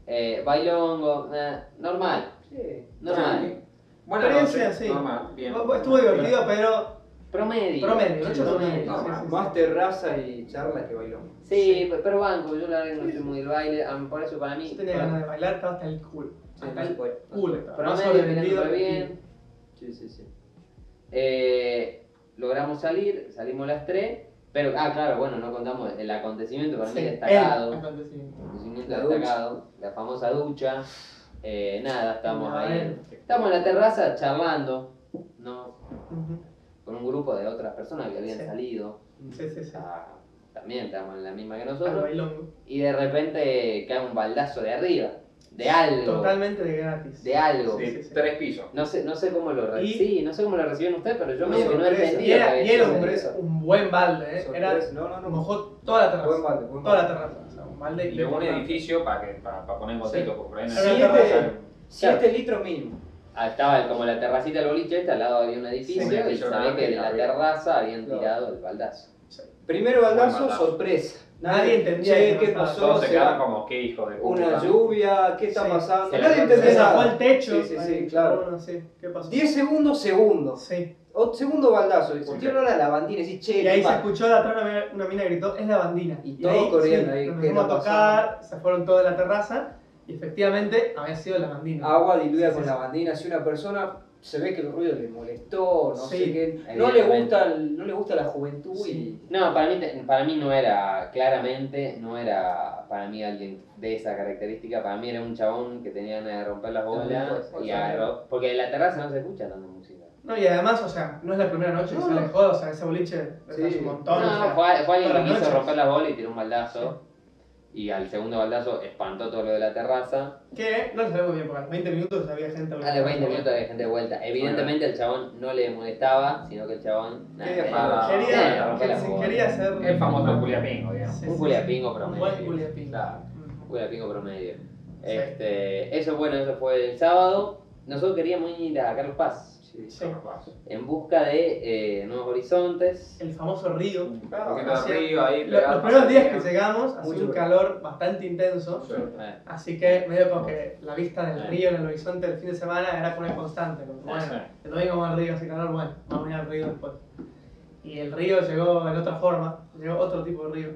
Speaker 3: Eh, bailongo, eh, normal,
Speaker 7: Sí.
Speaker 3: normal.
Speaker 5: Buena
Speaker 4: Experiencia,
Speaker 5: noche.
Speaker 4: sí.
Speaker 5: Normal, bien.
Speaker 4: Estuvo divertido, pero
Speaker 3: Promedio.
Speaker 4: promedio,
Speaker 3: Sí,
Speaker 4: ocho promedio.
Speaker 5: no,
Speaker 4: sí, sí, sí.
Speaker 7: Más terraza y charla que bailón.
Speaker 3: Sí, pero banco, yo la verdad que no soy muy del baile, a mí- por eso para mí.
Speaker 4: Yo tenía ganas de bailar, estaba hasta el culo.
Speaker 7: Sí,
Speaker 4: Hasta
Speaker 7: no se
Speaker 4: el
Speaker 7: puede.
Speaker 4: culo. estaba. Más
Speaker 3: Promedio,
Speaker 4: sobrevendido
Speaker 3: tirando
Speaker 4: que-
Speaker 3: bien.
Speaker 7: Sí, sí, sí.
Speaker 3: Eh, logramos salir, salimos a las 3. Pero, ah, claro, bueno, no contamos el acontecimiento para
Speaker 4: Sí,
Speaker 3: mí
Speaker 4: el
Speaker 3: destacado.
Speaker 4: acontecimiento.
Speaker 3: Conocimiento
Speaker 7: La
Speaker 3: destacado, la famosa ducha. Eh, nada, estamos
Speaker 4: A
Speaker 3: ahí.
Speaker 4: ver.
Speaker 3: Estamos en la terraza charlando, ¿no?
Speaker 4: Ujú.
Speaker 3: Con un grupo de otras personas que habían
Speaker 4: Sí.
Speaker 3: salido.
Speaker 4: Sí, sí, sí.
Speaker 3: Ah, también estábamos en la misma que
Speaker 4: Al
Speaker 3: nosotros.
Speaker 4: bailongo.
Speaker 3: Y de repente cae un baldazo de arriba. De algo.
Speaker 4: Totalmente de gratis.
Speaker 3: De algo.
Speaker 5: Sí,
Speaker 4: Sí, sí.
Speaker 5: Tres pisos.
Speaker 3: No sé, no sé cómo lo re-
Speaker 4: Y-
Speaker 3: sí, no sé cómo lo recibieron ustedes, pero yo
Speaker 7: No,
Speaker 3: medio que no
Speaker 7: sorpresa.
Speaker 3: entendí.
Speaker 4: Y era, y era
Speaker 7: Sí,
Speaker 4: un,
Speaker 7: sorpresa.
Speaker 4: un buen balde, ¿eh? Era,
Speaker 7: Sorpresa. No, no, no.
Speaker 4: mojó toda la
Speaker 7: Buen
Speaker 4: terraza.
Speaker 7: balde, buen
Speaker 4: Toda la
Speaker 7: balde.
Speaker 4: terraza. O sea, un balde
Speaker 5: De un
Speaker 4: importante.
Speaker 5: edificio para, que, para, para poner en contexto,
Speaker 4: Sí.
Speaker 5: porque por ahí no
Speaker 4: Era una
Speaker 5: Sí,
Speaker 4: terraza.
Speaker 5: pero-
Speaker 7: 7 litros mínimo.
Speaker 3: Ah, estaba como la terracita del boliche, este, al lado había un edificio
Speaker 5: Sí,
Speaker 3: y
Speaker 5: edificio
Speaker 3: sabía
Speaker 5: grande,
Speaker 3: que de la
Speaker 5: había-
Speaker 3: terraza habían
Speaker 7: Claro.
Speaker 3: tirado el baldazo.
Speaker 7: Primero baldazo,
Speaker 5: Buen baldazo.
Speaker 7: sorpresa.
Speaker 4: Nadie entendía
Speaker 7: Che,
Speaker 4: que
Speaker 7: ¿qué
Speaker 4: pasaba.
Speaker 7: pasó?
Speaker 5: Todos se
Speaker 7: ¿Será
Speaker 5: quedaron como, qué hijo de puta.
Speaker 7: Una lluvia, ¿qué está
Speaker 4: Sí.
Speaker 7: pasando?
Speaker 3: Se
Speaker 7: Nadie
Speaker 3: la-
Speaker 4: Se
Speaker 7: entendía
Speaker 4: zafó
Speaker 7: nada.
Speaker 4: el techo.
Speaker 7: Sí, sí,
Speaker 4: ahí,
Speaker 7: sí, claro.
Speaker 4: bueno, sí. ¿Qué pasó?
Speaker 7: 10 segundos, segundos.
Speaker 4: Sí.
Speaker 7: O segundo baldazo, y
Speaker 5: Ok.
Speaker 7: sentí olor a lavandina y decís, che,
Speaker 4: Y ahí
Speaker 7: ¿qué
Speaker 4: se
Speaker 7: pasa?
Speaker 4: escuchó de atrás una, mina- una mina gritó, es la bandina.
Speaker 7: Y todos corriendo ahí,
Speaker 4: Nos
Speaker 7: ¿qué
Speaker 4: fuimos a
Speaker 7: está
Speaker 4: tocar, se fueron toda la terraza y efectivamente había sido la bandina.
Speaker 7: agua diluida
Speaker 4: Sí,
Speaker 7: con
Speaker 4: sí,
Speaker 7: lavandina, si una persona se ve que el ruido le molestó, no
Speaker 4: Sí.
Speaker 7: sé qué, no le
Speaker 3: Evidentemente.
Speaker 7: gusta, el- no le gusta la juventud
Speaker 4: Sí.
Speaker 3: No, para mí, te- para mí no era, claramente, no era para mí alguien de esa característica. Para mí era un chabón que tenía ganas de romper las
Speaker 7: También
Speaker 3: bolas
Speaker 7: puede ser,
Speaker 3: y
Speaker 7: sí.
Speaker 3: agarró. Porque de la terraza no se escucha tanta música.
Speaker 4: No, y además, o sea, no es la primera noche que
Speaker 7: No,
Speaker 4: sale
Speaker 7: no.
Speaker 4: joda, o sea, ese boliche
Speaker 7: Sí.
Speaker 4: es un montón. o
Speaker 3: No,
Speaker 4: sea,
Speaker 3: fue, fue alguien
Speaker 4: todas
Speaker 3: que
Speaker 4: las
Speaker 3: quiso
Speaker 4: noches.
Speaker 3: romper las bolas y tiró un baldazo. Y al segundo baldazo espantó todo lo de la terraza.
Speaker 4: que no lo sabemos bien, porque a los 20 minutos había gente.
Speaker 3: A los 20 Ah, minutos había gente de vuelta. Evidentemente el chabón no le molestaba, sino que el chabón... nada,
Speaker 7: Quería
Speaker 3: quería-
Speaker 5: parar.
Speaker 3: quería
Speaker 4: Quería,
Speaker 3: romper las
Speaker 4: sí,
Speaker 3: bolas.
Speaker 4: quería hacer.
Speaker 5: El famoso culiapingo, digamos.
Speaker 4: Sí,
Speaker 3: Un
Speaker 4: sí,
Speaker 3: culiapingo
Speaker 4: sí. Un
Speaker 3: promedio.
Speaker 4: buen culiapingo.
Speaker 5: Claro.
Speaker 4: Ujú.
Speaker 3: Fue la pico promedio.
Speaker 4: Sí.
Speaker 3: Este, eso bueno, eso fue el sábado. Nosotros queríamos ir a Carlos Paz
Speaker 7: y...
Speaker 4: Sí.
Speaker 3: en busca de eh, nuevos horizontes.
Speaker 4: El famoso río.
Speaker 5: Claro, porque
Speaker 4: Así-
Speaker 5: arriba ahí
Speaker 4: Lo-
Speaker 5: pegado,
Speaker 4: los primeros días que
Speaker 5: ¿no?
Speaker 4: llegamos, hacía
Speaker 7: Mucho
Speaker 4: un
Speaker 7: calor.
Speaker 4: calor bastante intenso.
Speaker 5: Sí.
Speaker 3: Eh,
Speaker 4: Así que medio como que la vista del río en el horizonte del fin de semana era como una constante. Como, que, bueno,
Speaker 5: Sí.
Speaker 4: el domingo vamos al río, hace calor, bueno, vamos a ir al río después. Y el río llegó en otra forma, llegó otro tipo de río.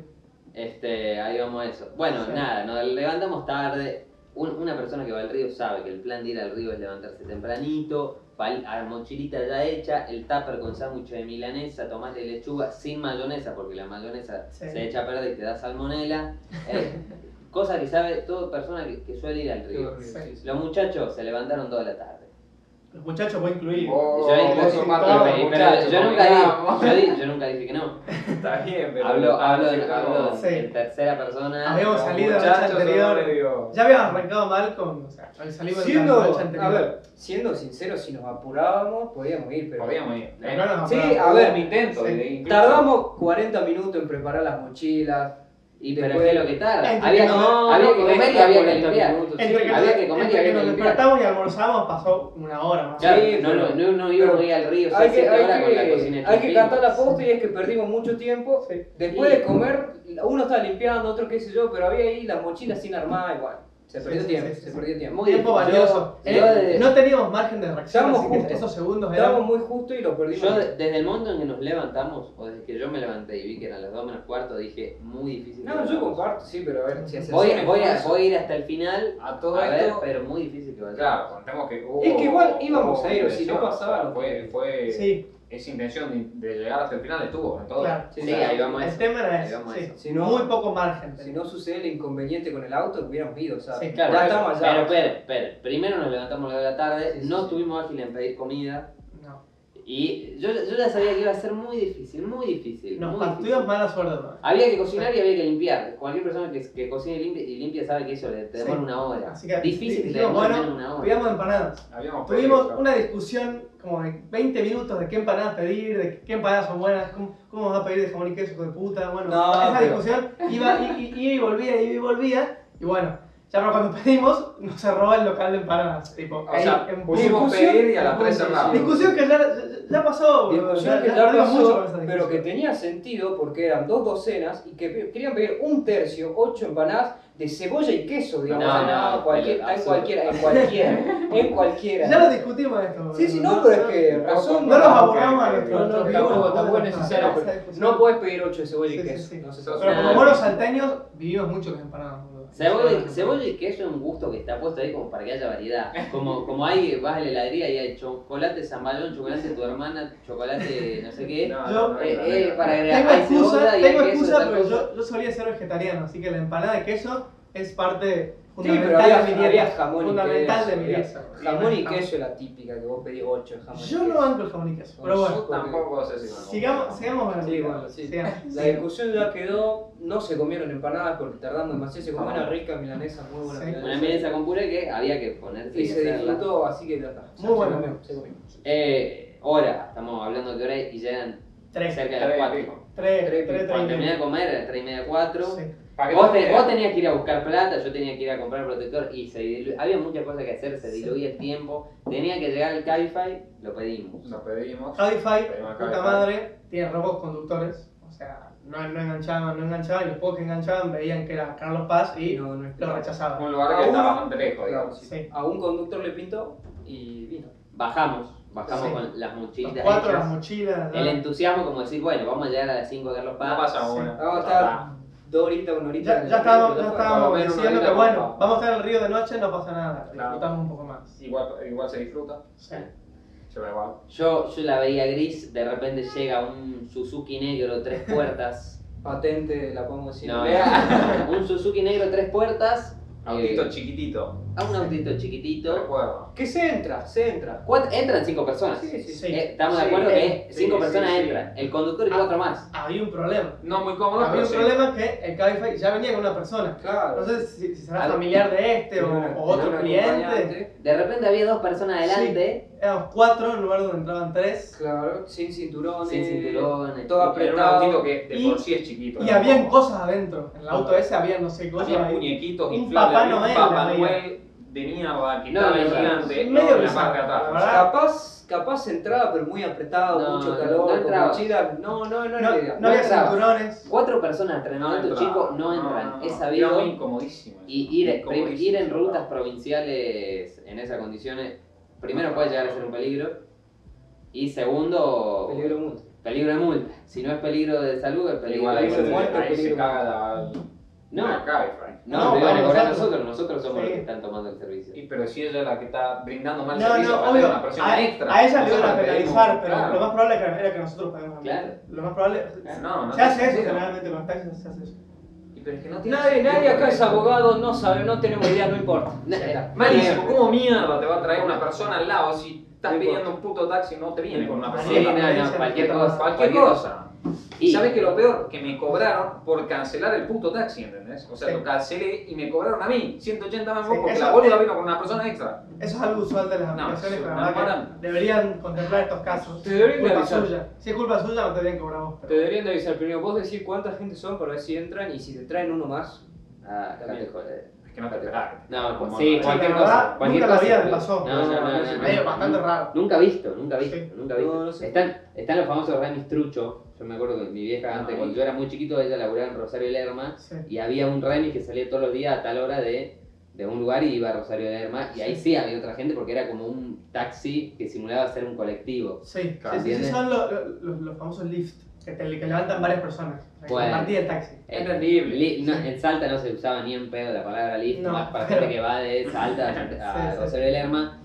Speaker 3: Este, ahí vamos a eso. Bueno,
Speaker 4: Sí.
Speaker 3: nada, nos levantamos tarde. Un- una persona que va al río sabe que el plan de ir al río es levantarse tempranito, pal- a mochilita ya hecha, el tupper con sándwich de milanesa, tomate de lechuga sin mayonesa, porque la mayonesa
Speaker 4: Sí.
Speaker 3: se echa a perder y te da salmonela. Eh,
Speaker 5: [LAUGHS]
Speaker 3: cosa que sabe toda persona que, que suele ir al río. Los muchachos se levantaron toda la tarde.
Speaker 4: Los muchachos, voy incluido.
Speaker 5: Oh, Vos-
Speaker 3: Yo ahí-
Speaker 5: vos sos parte
Speaker 3: Pero-
Speaker 5: de los
Speaker 3: pero
Speaker 5: muchachos,
Speaker 3: yo, nunca
Speaker 5: combinamos.
Speaker 3: dije, yo, di- yo nunca dije que no.
Speaker 5: Está bien, pero.
Speaker 3: Hablo, hablo, en,
Speaker 5: Sí,
Speaker 3: hablo en-
Speaker 4: Sí.
Speaker 3: en tercera persona.
Speaker 4: Habíamos
Speaker 5: Los
Speaker 4: salido la noche
Speaker 5: muchachos son
Speaker 4: anterior.
Speaker 5: medio-
Speaker 4: Ya habíamos arrancado mal con. O sea, salimos de
Speaker 7: Siendo,
Speaker 4: la noche
Speaker 7: a
Speaker 4: anterior.
Speaker 7: ver, siendo sinceros, si nos apurábamos, podíamos ir, pero
Speaker 5: Podíamos ir. Eh,
Speaker 4: Pero no nos
Speaker 7: Sí,
Speaker 4: apuramos.
Speaker 7: a ver,
Speaker 5: un intento.
Speaker 4: Sí.
Speaker 5: de- incluso-
Speaker 7: tardamos 40 minutos en preparar las mochilas,
Speaker 3: Y
Speaker 7: Después-
Speaker 3: pero es que lo que tarda.
Speaker 4: Entre
Speaker 3: Había,
Speaker 4: que
Speaker 3: no,
Speaker 4: no-
Speaker 3: había
Speaker 4: no
Speaker 3: que comer y
Speaker 6: conecta
Speaker 3: había que
Speaker 6: 40
Speaker 3: limpiar.
Speaker 6: minutos, sí.
Speaker 4: Entre que,
Speaker 3: había que comer y
Speaker 4: entre
Speaker 3: había
Speaker 4: que
Speaker 3: que
Speaker 4: nos
Speaker 3: limpiar.
Speaker 4: despertamos y almorzamos pasó una hora más. o menos.
Speaker 3: Claro,
Speaker 7: Sí,
Speaker 3: no,
Speaker 7: pero-
Speaker 3: no, no íbamos
Speaker 7: pero
Speaker 3: a ir al río
Speaker 7: Hay que,
Speaker 3: 7 horas con la
Speaker 7: hay
Speaker 3: cocina
Speaker 7: que,
Speaker 3: hecha
Speaker 7: hay
Speaker 3: un
Speaker 7: que
Speaker 3: pino.
Speaker 7: cantar la posta y es que perdimos mucho tiempo.
Speaker 4: Sí.
Speaker 7: Después
Speaker 3: Sí.
Speaker 7: de comer, uno estaba limpiando, otro qué sé yo, pero había ahí las mochilas sin armar igual. Se
Speaker 4: Sí,
Speaker 7: perdió
Speaker 4: sí,
Speaker 7: tiempo,
Speaker 4: sí, sí,
Speaker 7: se
Speaker 4: sí.
Speaker 7: perdió tiempo.
Speaker 3: Muy
Speaker 4: Tiempo
Speaker 3: yo-
Speaker 4: valioso.
Speaker 3: yo
Speaker 4: Eh,
Speaker 3: de-
Speaker 4: No teníamos margen de reacción,
Speaker 7: Estábamos
Speaker 4: así que
Speaker 7: justos.
Speaker 4: esos segundos
Speaker 7: Estábamos
Speaker 4: eran.
Speaker 7: muy justos y lo perdimos.
Speaker 3: Yo de- desde el momento en que nos levantamos, o desde que yo me levanté y vi que eran las 2 menos cuarto, dije, muy difícil. que
Speaker 7: No, yo
Speaker 3: vayamos.
Speaker 7: comparto, sí, pero a ver si haces
Speaker 3: Voy,
Speaker 7: un
Speaker 3: voy, a,
Speaker 7: esfuerzo.
Speaker 3: voy a ir hasta el final,
Speaker 5: A
Speaker 3: a
Speaker 5: todo
Speaker 3: ver,
Speaker 5: esto,
Speaker 3: pero muy difícil que vaya.
Speaker 5: claro, contemos que hubo-
Speaker 7: Es que igual íbamos
Speaker 5: hubo
Speaker 7: a ir, o si no
Speaker 5: intención,
Speaker 7: pasaba,
Speaker 5: o sea, Fue, fue
Speaker 4: Sí,
Speaker 5: esa intención de, de llegar hasta el final estuvo en todo.
Speaker 4: claro.
Speaker 3: Sí, sí, ahí vamos a
Speaker 4: El
Speaker 7: Este-
Speaker 3: eso.
Speaker 4: tema era
Speaker 3: Ahí
Speaker 4: ese,
Speaker 3: vamos a
Speaker 4: sí.
Speaker 3: eso.
Speaker 7: Si no-
Speaker 4: Muy poco margen.
Speaker 7: Si no sucede el inconveniente con el auto, hubiéramos ido, ¿sabes?
Speaker 4: Sí,
Speaker 3: Claro,
Speaker 7: ya
Speaker 3: pero-
Speaker 7: estamos allá.
Speaker 3: Pero, espera, espera. Primero nos levantamos a las dos de la tarde,
Speaker 7: Sí, sí,
Speaker 3: no
Speaker 7: sí.
Speaker 3: estuvimos ágiles en pedir comida.
Speaker 4: No.
Speaker 3: Y yo, yo ya sabía que iba a ser muy difícil, muy difícil.
Speaker 4: Nos
Speaker 3: muy
Speaker 4: partimos
Speaker 3: difícil. Ah,
Speaker 4: mala suerte. ¿no?
Speaker 3: Había que cocinar
Speaker 4: Ah.
Speaker 3: y había que limpiar. Cualquier persona que, que cocine y limpie, y limpie sabe que eso le te demora
Speaker 4: Sí.
Speaker 3: una hora.
Speaker 4: Así que
Speaker 3: Difícil que te
Speaker 4: dijimos,
Speaker 3: demore
Speaker 4: bueno,
Speaker 3: menos de una hora.
Speaker 4: Pidamos empanadas.
Speaker 5: Habíamos
Speaker 4: Tuvimos
Speaker 5: pedido-
Speaker 4: una discusión como de 20 minutos de qué empanadas pedir, de qué empanadas son buenas, cómo, cómo vas a pedir de jamón y queso hijo de puta. Bueno,
Speaker 7: No,
Speaker 4: esa
Speaker 7: pero-
Speaker 4: discusión iba y, y- iba y volvía, iba y volvía. Y bueno, ya para cuando pedimos, nos cerró el local de empanadas. Tipo,
Speaker 5: O sea,
Speaker 4: en-
Speaker 5: pusimos
Speaker 4: discusión-
Speaker 5: pedir y a las 3 cerramos.
Speaker 4: Discusión que ya, ya- ya pasó, boludo.
Speaker 7: Discusión que
Speaker 4: ya,
Speaker 7: ya
Speaker 4: perdimos
Speaker 7: pasó,
Speaker 4: mucho con esa discusión.
Speaker 7: pero que tenía sentido porque eran dos docenas y que pe- querían pedir un tercio, ocho empanadas de cebolla y queso, digamos.
Speaker 3: No,
Speaker 7: o sea, no,
Speaker 3: no,
Speaker 7: cualquier-
Speaker 3: absurdo.
Speaker 7: en cualquiera, en cualquiera,
Speaker 4: [LAUGHS]
Speaker 7: en cualquiera.
Speaker 4: Ya lo discutimos esto.
Speaker 7: Sí, sí,
Speaker 4: boludo.
Speaker 7: no, pero es que razón.
Speaker 4: No nos
Speaker 5: Ah, ok,
Speaker 4: aburramos a
Speaker 5: ok,
Speaker 4: nuestro-
Speaker 5: ok.
Speaker 7: No, no, tampoco- tampoco es necesario,
Speaker 4: Esa
Speaker 7: pero
Speaker 4: discusión.
Speaker 7: No puedes pedir ocho de cebolla y
Speaker 4: Sí, sí,
Speaker 7: queso.
Speaker 4: sí.
Speaker 7: No se
Speaker 5: Pero
Speaker 4: Pero
Speaker 7: sabe.
Speaker 4: como buenos salteños, vivimos mucho las empanadas, boludo.
Speaker 3: Cebolla, cebolla y queso es un gusto que está puesto ahí como para que haya variedad.
Speaker 4: [LAUGHS]
Speaker 3: Como, como hay, vas a la heladería y hay chocolate zamballón, chocolate de tu hermana, chocolate no sé
Speaker 4: [LAUGHS]
Speaker 3: qué.
Speaker 5: No,
Speaker 4: Yo-
Speaker 5: no, no,
Speaker 3: Eh,
Speaker 5: no,
Speaker 3: eh,
Speaker 5: no.
Speaker 3: para agregar,
Speaker 4: Tengo
Speaker 3: hay cebolla
Speaker 4: excusa,
Speaker 3: y hay
Speaker 4: tengo
Speaker 3: queso,
Speaker 4: excusa,
Speaker 3: tal
Speaker 4: pero
Speaker 3: cosa.
Speaker 4: yo, yo solía ser vegetariano, así que la empanada de queso es parte
Speaker 7: Sí, pero
Speaker 4: fundamental
Speaker 7: había,
Speaker 4: de mi
Speaker 7: había
Speaker 4: dieta.
Speaker 7: jamón y
Speaker 4: fundamental
Speaker 7: queso.
Speaker 4: de mi
Speaker 7: había-
Speaker 4: dieta.
Speaker 7: Jamón y
Speaker 4: Jamón.
Speaker 7: queso es la típica que vos pedís ocho de jamón. y
Speaker 4: Yo no
Speaker 7: queso.
Speaker 4: banco el jamón y queso, pero bueno.
Speaker 5: Yo tampoco sé si me
Speaker 4: Sigamos, sigamos con la
Speaker 7: Sí,
Speaker 4: película.
Speaker 7: bueno, sí.
Speaker 4: Sigamos.
Speaker 7: La discusión ya quedó, no se comieron empanadas porque tardamos demasiado, se comió una rica milanesa, muy buena
Speaker 4: Ah. Sí.
Speaker 3: Una
Speaker 7: milanesa.
Speaker 3: milanesa con puré que había que ponerse
Speaker 7: Y
Speaker 3: y
Speaker 7: se
Speaker 3: hacerla.
Speaker 7: disfrutó, así que ya está.
Speaker 4: Muy bueno.
Speaker 7: Se comió, se comió.
Speaker 3: Eh, hora, estamos hablando de hora y llegan
Speaker 4: Tres,
Speaker 3: cerca de las
Speaker 5: Tres,
Speaker 3: 4.
Speaker 5: pico.
Speaker 4: tres,
Speaker 7: Tres,
Speaker 4: tres,
Speaker 3: Cuando
Speaker 4: tres y
Speaker 3: terminé de
Speaker 4: medio.
Speaker 3: comer, a las 3 y media, 4.
Speaker 4: Sí.
Speaker 5: ¿Para qué
Speaker 3: Vos,
Speaker 5: te
Speaker 3: te-
Speaker 5: quedas?
Speaker 3: vos tenías que ir a buscar plata, yo tenía que ir a comprar protector y se dilu- había muchas cosas que hacer, se
Speaker 4: Sí.
Speaker 3: diluía el tiempo. Tenía que llegar al Cabify, lo pedimos.
Speaker 5: Nos pedimos.
Speaker 4: Cabify,
Speaker 5: Pedimos
Speaker 4: puta
Speaker 5: Cabify.
Speaker 4: madre, tiene robots conductores, o sea, no, no enganchaban, no enganchaban, y los pocos que enganchaban veían que era Carlos Paz
Speaker 7: Y
Speaker 4: y
Speaker 7: no, no
Speaker 4: lo
Speaker 7: esperaba.
Speaker 4: rechazaban.
Speaker 5: Un lugar que
Speaker 7: Ah,
Speaker 5: estaba
Speaker 7: uno.
Speaker 5: bastante lejos, digamos.
Speaker 4: Sí.
Speaker 7: A un conductor le pintó y vino.
Speaker 3: Bajamos, bajamos
Speaker 4: Sí.
Speaker 3: con las
Speaker 4: Los
Speaker 3: mochilitas
Speaker 4: cuatro, las
Speaker 3: hechas.
Speaker 4: mochilas,
Speaker 3: El
Speaker 4: ¿no?
Speaker 3: entusiasmo como decir, bueno, vamos a llegar a las 5 de Carlos
Speaker 5: No
Speaker 3: Paz.
Speaker 5: pasa
Speaker 4: Sí.
Speaker 5: una.
Speaker 7: Vamos a estar dos horitas, una horita. en
Speaker 4: Ya,
Speaker 7: el
Speaker 4: ya estábamos, ya
Speaker 7: tren, pero
Speaker 5: menos
Speaker 4: estábamos
Speaker 5: una
Speaker 4: diciendo
Speaker 5: horita
Speaker 4: que bueno,
Speaker 5: como-
Speaker 4: vamos a estar en el río de noche, no pasa nada,
Speaker 5: Claro.
Speaker 4: disfrutamos un poco más.
Speaker 5: Igual, igual se disfruta,
Speaker 4: Sí.
Speaker 5: se va igual.
Speaker 3: Yo, yo la veía gris, de repente llega un Suzuki negro, tres puertas.
Speaker 7: Patente, la podemos decir.
Speaker 3: No,
Speaker 7: Vea.
Speaker 3: [LAUGHS] un Suzuki negro, tres puertas.
Speaker 5: Autito
Speaker 3: eh,
Speaker 5: chiquitito,
Speaker 3: a un autito
Speaker 5: te
Speaker 3: chiquitito.
Speaker 5: recuerdo.
Speaker 7: Que se entra, se entra.
Speaker 3: Cuat- entran cinco personas.
Speaker 7: Sí, sí,
Speaker 4: Sí.
Speaker 7: sí.
Speaker 3: Eh, estamos de
Speaker 5: Sí,
Speaker 3: acuerdo que
Speaker 5: sí,
Speaker 3: cinco
Speaker 5: sí,
Speaker 3: personas
Speaker 5: sí.
Speaker 3: entran. El conductor y cuatro más.
Speaker 4: Había un problema.
Speaker 5: No muy cómodo,
Speaker 4: Había
Speaker 5: pero
Speaker 4: un
Speaker 5: sí.
Speaker 4: problema que el Cabify ya venía con una persona. No
Speaker 7: Claro.
Speaker 4: sé si, si será
Speaker 3: Al-
Speaker 4: familiar de este o,
Speaker 7: Tenía una-
Speaker 4: o otro
Speaker 7: tenía un
Speaker 4: cliente.
Speaker 7: acompañante.
Speaker 3: De repente había dos personas adelante,
Speaker 4: Éramos cuatro en el lugar donde entraban tres.
Speaker 7: Claro, sin cinturones.
Speaker 3: sin cinturones.
Speaker 7: todo apretado.
Speaker 5: Era un autito que de
Speaker 4: Y-
Speaker 5: por sí es chiquito.
Speaker 4: Y
Speaker 5: era
Speaker 4: habían
Speaker 5: cómodo.
Speaker 4: cosas adentro. En el auto ese había no sé cosas.
Speaker 5: Había
Speaker 4: ahí.
Speaker 5: muñequitos
Speaker 4: Un
Speaker 5: inflables,
Speaker 4: Papá
Speaker 5: había un
Speaker 4: Noel,
Speaker 5: Papá
Speaker 4: había.
Speaker 5: Noel de mierda que
Speaker 3: No,
Speaker 5: estaba
Speaker 3: no, no.
Speaker 5: gigante
Speaker 4: Medio
Speaker 5: en la
Speaker 4: bizarro,
Speaker 5: parte de
Speaker 4: la
Speaker 5: atrás.
Speaker 4: verdad.
Speaker 7: Capaz, capaz entraba, pero muy apretado,
Speaker 3: No,
Speaker 7: mucho
Speaker 3: no
Speaker 7: calor, con
Speaker 3: entraba.
Speaker 7: mochila. No, no, no,
Speaker 4: No,
Speaker 7: era idea.
Speaker 4: no había
Speaker 3: entraba.
Speaker 4: cinturones.
Speaker 3: Cuatro personas entrenamiento
Speaker 5: entraba.
Speaker 3: chico no entran.
Speaker 5: no,
Speaker 3: es
Speaker 5: no.
Speaker 3: sabido.
Speaker 5: Era muy incomodísimo.
Speaker 3: Y ir, prim-
Speaker 5: Incomodísimo,
Speaker 3: ir en
Speaker 5: sí,
Speaker 3: rutas
Speaker 5: claro.
Speaker 3: provinciales en esas condiciones, primero puede llegar a ser un peligro. Y segundo,
Speaker 7: Peligro mundo.
Speaker 3: peligro de multa. Si no es peligro de salud, es peligro
Speaker 5: Igual
Speaker 3: de
Speaker 5: ahí
Speaker 7: Peligro
Speaker 5: se,
Speaker 7: de muerte,
Speaker 5: ahí se
Speaker 7: peligro.
Speaker 5: caga la,
Speaker 3: No,
Speaker 5: la Cabify.
Speaker 3: no,
Speaker 4: No,
Speaker 3: lo iban a
Speaker 4: vamos
Speaker 3: cobrar nosotros,
Speaker 4: nosotros.
Speaker 3: nosotros somos
Speaker 4: Sí.
Speaker 3: los que están tomando el servicio.
Speaker 5: Y pero si ella es la que está brindando mal
Speaker 4: No,
Speaker 5: servicio,
Speaker 4: no,
Speaker 5: aparte de
Speaker 4: obvio.
Speaker 5: una presión
Speaker 4: A,
Speaker 5: extra.
Speaker 4: a ella le iban a
Speaker 5: Nosotros
Speaker 4: penalizar,
Speaker 5: pedimos,
Speaker 4: pero
Speaker 5: claro.
Speaker 4: lo más probable era era que nosotros paguemos la
Speaker 3: Claro.
Speaker 4: multa. Lo más probable.
Speaker 5: No, no
Speaker 4: se hace
Speaker 5: tiene
Speaker 4: eso,
Speaker 5: sentido.
Speaker 4: generalmente con los taxis se hace eso.
Speaker 5: Y Pero es que no tiene
Speaker 7: Nadie,
Speaker 5: sentido,
Speaker 7: nadie acá
Speaker 5: porque-
Speaker 7: es abogado, no sabe, no tenemos idea, no importa.
Speaker 3: Na-
Speaker 7: Ya está.
Speaker 5: Malísimo,
Speaker 7: Bien.
Speaker 5: ¿cómo mierda te va a traer una persona al lado si estás
Speaker 7: No importa.
Speaker 5: pidiendo un puto taxi? No te viene con una
Speaker 4: Sí,
Speaker 3: Sí,
Speaker 5: persona.
Speaker 3: no, no, cualquier cosa.
Speaker 5: Cualquier cosa.
Speaker 3: Y,
Speaker 5: ¿Sabes que lo peor? Que me cobraron por cancelar el puto taxi, ¿entendés? O sea,
Speaker 4: Sí.
Speaker 5: lo cancelé y me cobraron a mí 180 mangos
Speaker 4: Sí,
Speaker 5: porque
Speaker 4: eso-
Speaker 5: la boluda vino con una persona extra.
Speaker 4: Eso es algo usual de las
Speaker 5: No,
Speaker 4: aplicaciones,
Speaker 5: sí,
Speaker 4: pero
Speaker 5: no,
Speaker 4: la verdad
Speaker 5: paran.
Speaker 4: que deberían contemplar estos casos.
Speaker 6: Te deberían
Speaker 4: culpa
Speaker 6: avisar.
Speaker 4: suya. Si es culpa suya, no te deberían cobrar vos.
Speaker 6: Te deberían de avisar primero, vos decir cuánta gente son para ver si entran y si te traen uno más.
Speaker 3: Ah, dejate
Speaker 6: También.
Speaker 3: joder.
Speaker 5: Es que no te esperaba.
Speaker 3: No, pues,
Speaker 5: Como
Speaker 3: sí,
Speaker 5: no.
Speaker 4: cual-
Speaker 3: cualquier
Speaker 4: la
Speaker 3: cosa.
Speaker 4: verdad,
Speaker 3: cualquier
Speaker 4: nunca la
Speaker 3: cosa,
Speaker 4: vida me
Speaker 3: boludo.
Speaker 4: pasó.
Speaker 3: No, no, no, no,
Speaker 5: Es
Speaker 3: no.
Speaker 4: medio bastante
Speaker 5: Mm.
Speaker 4: raro.
Speaker 3: Nunca visto, nunca visto,
Speaker 4: Sí.
Speaker 3: nunca visto.
Speaker 6: No, no sé.
Speaker 3: Están, están los famosos remis trucho. Yo me acuerdo que mi vieja antes,
Speaker 5: Ah,
Speaker 3: cuando yo era muy chiquito, ella laburaba en Rosario Lerma
Speaker 4: Sí.
Speaker 3: y había un remis que salía todos los días a tal hora de, de un lugar y iba a Rosario Lerma y ahí sí había otra gente porque era como un taxi que simulaba ser un colectivo.
Speaker 4: Sí,
Speaker 5: Claro.
Speaker 4: sí, sí, sí,
Speaker 3: ¿Entiendes?
Speaker 4: son lo- lo- los, los famosos lift, que, te, que levantan varias personas. O sea, que
Speaker 3: Bueno.
Speaker 4: Compartí el taxi.
Speaker 5: Entendible.
Speaker 3: li- no,
Speaker 4: Sí.
Speaker 3: En Salta no se usaba ni en pedo la palabra lift,
Speaker 4: No,
Speaker 3: más para
Speaker 4: pero-
Speaker 3: gente que va de Salta a
Speaker 4: [LAUGHS] Sí, sí.
Speaker 3: Rosario Lerma.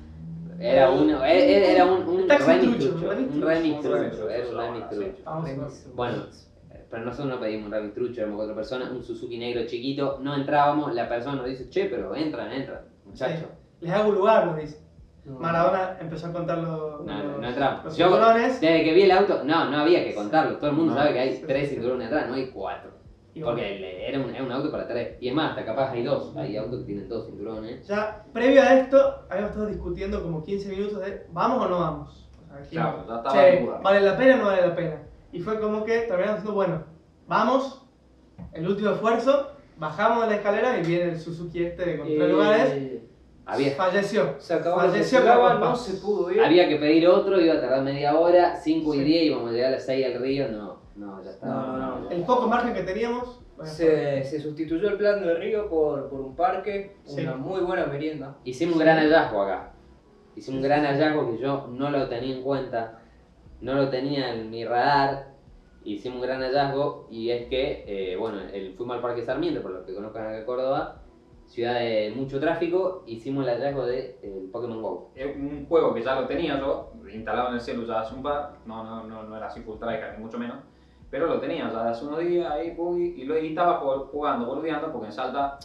Speaker 3: Era, uno, e- era un, un
Speaker 4: Taxi
Speaker 3: remis
Speaker 4: trucho,
Speaker 3: trucho,
Speaker 4: remis
Speaker 3: un remis
Speaker 5: Un
Speaker 4: trucho.
Speaker 5: remis
Speaker 3: trucho,
Speaker 5: trucho,
Speaker 3: era un remis
Speaker 5: ahora, sí.
Speaker 3: trucho.
Speaker 4: Vamos con-
Speaker 3: Bueno, pero nosotros no pedimos un rabbit trucho, éramos cuatro personas, un Suzuki negro chiquito, no entrábamos, la persona nos dice, che, pero entran, entran, muchachos.
Speaker 4: Les hago un lugar, nos dice.
Speaker 6: No.
Speaker 4: Maradona empezó a contar los,
Speaker 3: No,
Speaker 4: los,
Speaker 3: no, no entramos.
Speaker 4: los
Speaker 3: Yo,
Speaker 4: cinturones.
Speaker 3: desde que vi el auto, no, no había que contarlo, todo el mundo
Speaker 5: No.
Speaker 3: sabe que hay
Speaker 4: Sí, sí,
Speaker 3: tres
Speaker 4: sí.
Speaker 3: cinturones atrás, no hay cuatro.
Speaker 4: Y bueno,
Speaker 3: Porque el- era un, era un auto para tres, y es más, hasta capaz hay dos, hay autos que tienen dos cinturones.
Speaker 4: Ya, previo a esto, habíamos estado discutiendo como 15 minutos de vamos o no vamos. O sea, aquí,
Speaker 5: Claro, ya estaba
Speaker 4: che,
Speaker 5: en duda.
Speaker 4: ¿Vale la pena o no vale la pena? Y fue como que terminamos diciendo, bueno, vamos, el último esfuerzo, bajamos de la escalera y viene el Suzuki este con tres
Speaker 6: Eh,
Speaker 4: lugares.
Speaker 3: Había,
Speaker 4: Falleció.
Speaker 6: Se acababa lo que
Speaker 4: Falleció
Speaker 6: se daba,
Speaker 4: Carlos
Speaker 6: no
Speaker 4: Paz.
Speaker 6: se pudo ir.
Speaker 3: había que pedir otro, iba a tardar media hora, cinco y
Speaker 4: Sí.
Speaker 3: 10 íbamos a llegar a las 6 al río, no, no, ya está.
Speaker 6: No, no, no.
Speaker 4: El poco margen que teníamos. bueno,
Speaker 6: Se, se sustituyó el plan del río por, por un parque,
Speaker 4: Sí.
Speaker 6: una muy buena merienda.
Speaker 3: Hicimos un gran hallazgo acá. Hicimos un gran hallazgo que yo no lo tenía en cuenta, no lo tenía en mi radar. Hicimos un gran hallazgo y es que, eh, bueno, el, fuimos al Parque Sarmiento, por los que conozcan acá Córdoba, ciudad de mucho tráfico, hicimos el hallazgo de eh, Pokémon GO.
Speaker 5: Es un juego que ya lo tenía yo, instalado en el celu ya hace un par, no, no, no, no era así full tryhard, ni mucho menos, pero lo tenía ya hace unos días ahí, pum, y, y lo y estaba jug- jugando, boludeando, porque en Salta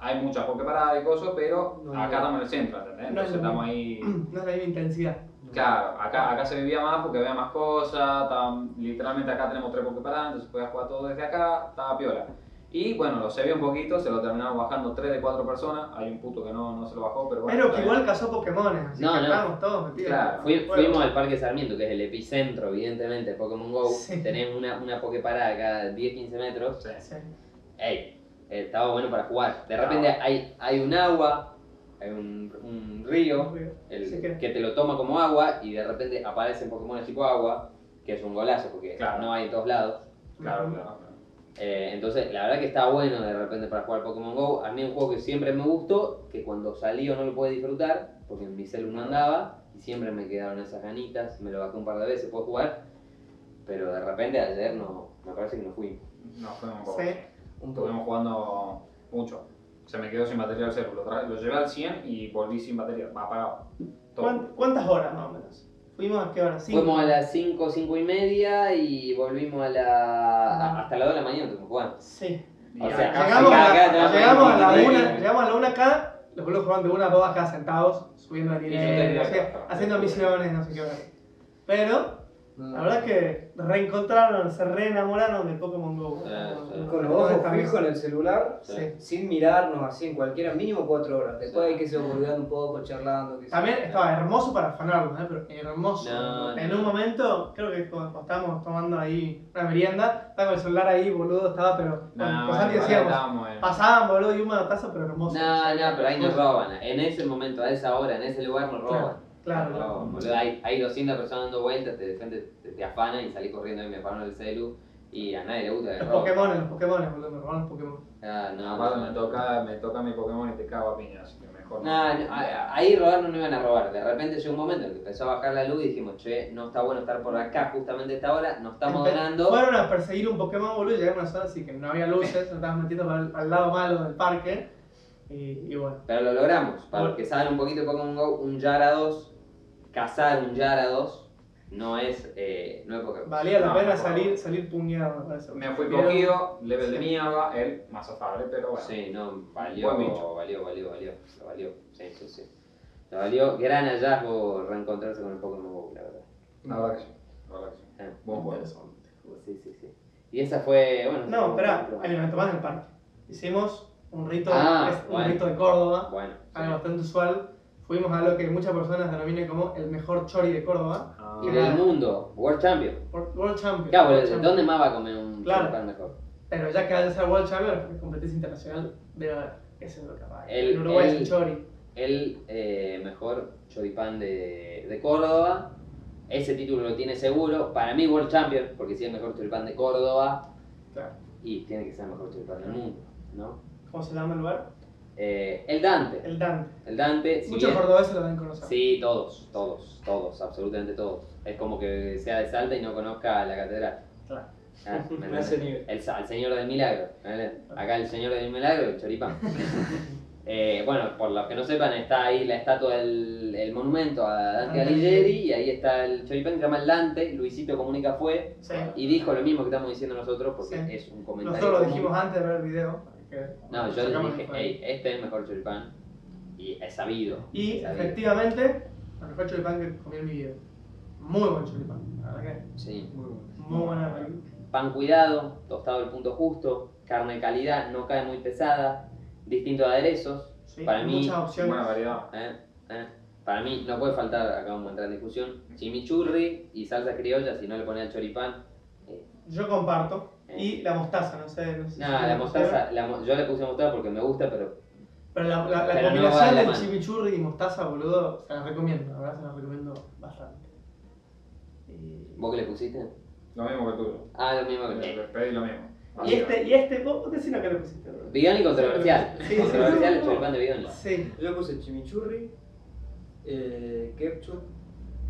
Speaker 5: hay muchas pokeparadas y cosas, pero
Speaker 6: No,
Speaker 5: acá
Speaker 6: no.
Speaker 5: estamos en el centro, ¿entendés?
Speaker 4: No,
Speaker 5: Entonces
Speaker 4: no, no.
Speaker 5: estamos ahí...
Speaker 4: [CLEARS THROAT] No es la misma intensidad.
Speaker 5: Claro, acá, acá se vivía más porque había más cosas, tan- literalmente acá tenemos tres Poképaradas, entonces podías jugar todo desde acá, estaba piola. Y bueno, lo se vio un poquito, se lo terminaron bajando tres de cuatro personas, hay un puto que no, no se lo bajó, pero bueno.
Speaker 4: Pero que
Speaker 5: está
Speaker 4: igual
Speaker 5: bien.
Speaker 4: cazó Pokémones, así
Speaker 3: No,
Speaker 4: que
Speaker 3: no.
Speaker 4: estábamos todos metidos.
Speaker 5: Claro.
Speaker 3: Fui-
Speaker 4: Bueno,
Speaker 3: fuimos al Parque Sarmiento, que es el epicentro, evidentemente, de Pokémon GO.
Speaker 4: Sí.
Speaker 3: Tenemos una, una Poképarada cada 10-15 metros.
Speaker 5: Sí.
Speaker 4: sí.
Speaker 3: Ey, eh, estaba bueno para jugar. De repente hay, hay un agua, hay un, un río, el
Speaker 4: Sí,
Speaker 3: que...
Speaker 4: que-
Speaker 3: te lo toma como agua y de repente aparecen Pokémon tipo agua, que es un golazo porque
Speaker 5: Claro.
Speaker 3: no hay en todos lados.
Speaker 5: Claro, claro.
Speaker 3: Eh, entonces, la verdad que está bueno de repente para jugar Pokémon Go. A mí es un juego que siempre me gustó, que cuando salió no lo pude disfrutar porque en mi celu no andaba y siempre me quedaron esas ganitas. Me lo bajé un par de veces, puedo jugar, pero de repente ayer no, me parece que no fui.
Speaker 5: Nos fuimos un poco.
Speaker 4: Sí.
Speaker 6: Un poco.
Speaker 5: Estuvimos jugando mucho. Se me quedó sin batería el celular, lo, tra- lo llevé al 100 y volví sin batería, va apagado. Todo.
Speaker 4: ¿Cuán- ¿Cuántas horas más o menos? ¿Fuimos a qué hora? Cinco.
Speaker 3: Fuimos a las 5, 5 y media y volvimos a la... a- hasta las 2 de la mañana tuvimos jugando.
Speaker 4: Sí.
Speaker 5: Y
Speaker 3: O sea,
Speaker 5: acá-
Speaker 4: llegamos,
Speaker 3: acá-
Speaker 4: a la,
Speaker 3: acá-
Speaker 4: llegamos, a la
Speaker 3: acá-
Speaker 4: una, llegamos a la una acá, los boludos jugando de una a dos acá sentados, subiendo a nivel,
Speaker 5: yo
Speaker 4: no
Speaker 5: te diría
Speaker 4: sé,
Speaker 5: que-
Speaker 4: haciendo misiones, no sé qué hora. Pero,
Speaker 6: No,
Speaker 4: la verdad que nos reencontraron, se reenamoraron del Pokémon GO.
Speaker 3: Eh, sí.
Speaker 6: Con los
Speaker 4: ¿Dónde
Speaker 6: ojos
Speaker 4: estamos?
Speaker 6: fijos en el celular,
Speaker 4: Sí.
Speaker 6: sin mirarnos así en cualquiera, mínimo cuatro horas. Después
Speaker 3: Sí.
Speaker 6: hay que se olvidando un poco, charlando. qué sé yo.
Speaker 4: También estaba hermoso para afanarlos, ¿eh? pero hermoso.
Speaker 3: No, no.
Speaker 4: en un momento, creo que cuando estábamos tomando ahí una merienda, estaba con el celular ahí, boludo, estaba, pero con
Speaker 5: No,
Speaker 4: cosas que
Speaker 5: igual
Speaker 4: decíamos.
Speaker 5: estábamos en-
Speaker 4: Pasaban, boludo, y un manotazo, pero hermoso.
Speaker 3: No, no, pero ahí nos roban. En ese momento, a esa hora, en ese lugar nos roban.
Speaker 4: Claro,
Speaker 3: Nos roban, boludo. Hay, hay 200 personas dando vueltas, te defienden, te, te afanan y salís corriendo y me afanan el celu y a nadie le gusta el
Speaker 4: Los
Speaker 3: robo.
Speaker 4: Pokémon, los Pokémon, boludo, me robaron los Pokémon.
Speaker 3: Ah, no,
Speaker 5: Aparte
Speaker 3: no,
Speaker 5: me
Speaker 3: no.
Speaker 5: toca, me toca mi Pokémon y te cago a piña, así que mejor
Speaker 3: No, no, a- a- ahí robar no nos iban a robar. De repente llegó un momento en que empezó a bajar la luz y dijimos, che, no está bueno estar por acá justamente a esta hora, nos estamos
Speaker 4: Empe-
Speaker 3: donando.
Speaker 4: Fueron a perseguir un Pokémon, boludo, y llegaron a una zona así que no había luces, nos estábamos metiendo al, al lado malo del parque. Y, y bueno,
Speaker 3: Pero lo logramos. Para los que saben un poquito de Pokémon GO, un Yara 2, cazar un Yara 2, no es, eh, no es Pokémon.
Speaker 4: valía la
Speaker 5: No,
Speaker 4: pena
Speaker 5: no.
Speaker 4: salir, salir puñado, me parece.
Speaker 5: Me fui
Speaker 4: Pero-
Speaker 5: cogido, level de mierda, él más afable, pero bueno.
Speaker 3: Sí, no,
Speaker 5: Buen
Speaker 3: valió,
Speaker 5: bicho.
Speaker 3: valió, valió, valió, lo valió, sí, sí, sí. Lo valió, gran hallazgo reencontrarse con el Pokémon GO, la verdad.
Speaker 5: La verdad que sí. La verdad que sí.
Speaker 3: Eh.
Speaker 5: Buen juego.
Speaker 4: Interesante.
Speaker 3: Sí, sí, sí. Y esa fue, bueno...
Speaker 4: No, espera, hay un evento más en el parque. Hicimos un rito,
Speaker 3: Ah,
Speaker 4: es un
Speaker 3: bueno.
Speaker 4: rito de Córdoba,
Speaker 3: Bueno.
Speaker 4: algo bastante usual. Fuimos a lo que muchas personas denominan como el mejor chori de Córdoba,
Speaker 5: Ah,
Speaker 3: Y del mundo, World Champion.
Speaker 4: World World Champion.
Speaker 3: Claro,
Speaker 4: World
Speaker 3: pero
Speaker 4: Champion.
Speaker 3: ¿dónde más va a comer un
Speaker 4: Claro.
Speaker 3: champán mejor?
Speaker 4: Pero ya que al ser World Champion, competencia internacional, debe haber. Eso es lo que va.
Speaker 3: El-
Speaker 4: En Uruguay es
Speaker 3: el-
Speaker 4: el chori.
Speaker 3: El eh, mejor choripán de, de Córdoba. Ese título lo tiene seguro. Para mí, World Champion, porque si es el mejor choripán de Córdoba,
Speaker 4: Claro.
Speaker 3: y tiene que ser el mejor choripán del mundo, ¿no?
Speaker 4: ¿Cómo se llama el lugar?
Speaker 3: Eh, el Dante.
Speaker 4: El Dante.
Speaker 3: El Dante, si
Speaker 4: Muchos
Speaker 3: bien-
Speaker 4: cordobeses lo deben conocer.
Speaker 3: Sí, todos, todos, todos, absolutamente todos. Es como que sea de Salta y no conozca la catedral.
Speaker 4: Claro.
Speaker 3: Ah, ¿me
Speaker 4: [LAUGHS]
Speaker 7: Me
Speaker 3: entendés?
Speaker 7: hace nivel.
Speaker 3: El, sa- el señor del milagro. ¿vale? Acá el señor del milagro, el
Speaker 4: [LAUGHS]
Speaker 3: choripán. Eh, bueno, por los que no sepan, está ahí la estatua, del el monumento a Dante
Speaker 4: Dante
Speaker 3: Alighieri
Speaker 4: Alighieri.
Speaker 3: y ahí está el choripán que se llama el Dante, Luisito Comunica fue
Speaker 4: Sí.
Speaker 3: y dijo lo mismo que estamos diciendo nosotros porque
Speaker 4: Sí.
Speaker 3: es un comentario.
Speaker 4: Nosotros lo
Speaker 3: común.
Speaker 4: dijimos antes de ver el video. que
Speaker 3: No, yo
Speaker 4: sacamos
Speaker 3: les dije,
Speaker 4: info.
Speaker 3: "Ey, este es el mejor choripán y es sabido.
Speaker 4: Y
Speaker 3: es sabido.
Speaker 4: efectivamente, el mejor choripán que comí en mi vida. Muy buen choripán, la verdad que.
Speaker 3: Sí.
Speaker 4: Muy buena.
Speaker 3: Pan cuidado, tostado al punto justo, carne de calidad, no cae muy pesada, distintos aderezos.
Speaker 4: Sí,
Speaker 3: Para mí,
Speaker 4: muchas opciones.
Speaker 5: buena variedad.
Speaker 3: Eh, eh. Para mí, no puede faltar, acá vamos a entrar en discusión, chimichurri y salsa criolla, si no le pones al choripán.
Speaker 4: Yo comparto.
Speaker 3: Eh.
Speaker 4: Y la mostaza, no sé. No, sé si
Speaker 3: Nada, la
Speaker 4: la
Speaker 3: mostaza, la mo- yo le puse mostaza porque me gusta, pero
Speaker 4: Pero la,
Speaker 3: Pero no
Speaker 4: la, la
Speaker 3: va
Speaker 4: combinación
Speaker 3: de la
Speaker 4: del
Speaker 3: mano.
Speaker 4: chimichurri y mostaza, boludo, se las recomiendo. La verdad, se las recomiendo bastante. Y,
Speaker 3: ¿vos qué le pusiste?
Speaker 5: Lo mismo que tú.
Speaker 3: Ah, lo mismo que
Speaker 5: Le Pedí lo mismo.
Speaker 4: y este, y este, vos, vos decís lo que le pusiste, boludo.
Speaker 3: Bigoni controversial.
Speaker 4: Sí, sí,
Speaker 3: controversial
Speaker 4: sí,
Speaker 3: el
Speaker 4: sí.
Speaker 3: choripán de Bigoni.
Speaker 4: Sí.
Speaker 7: Yo puse chimichurri, eh, ketchup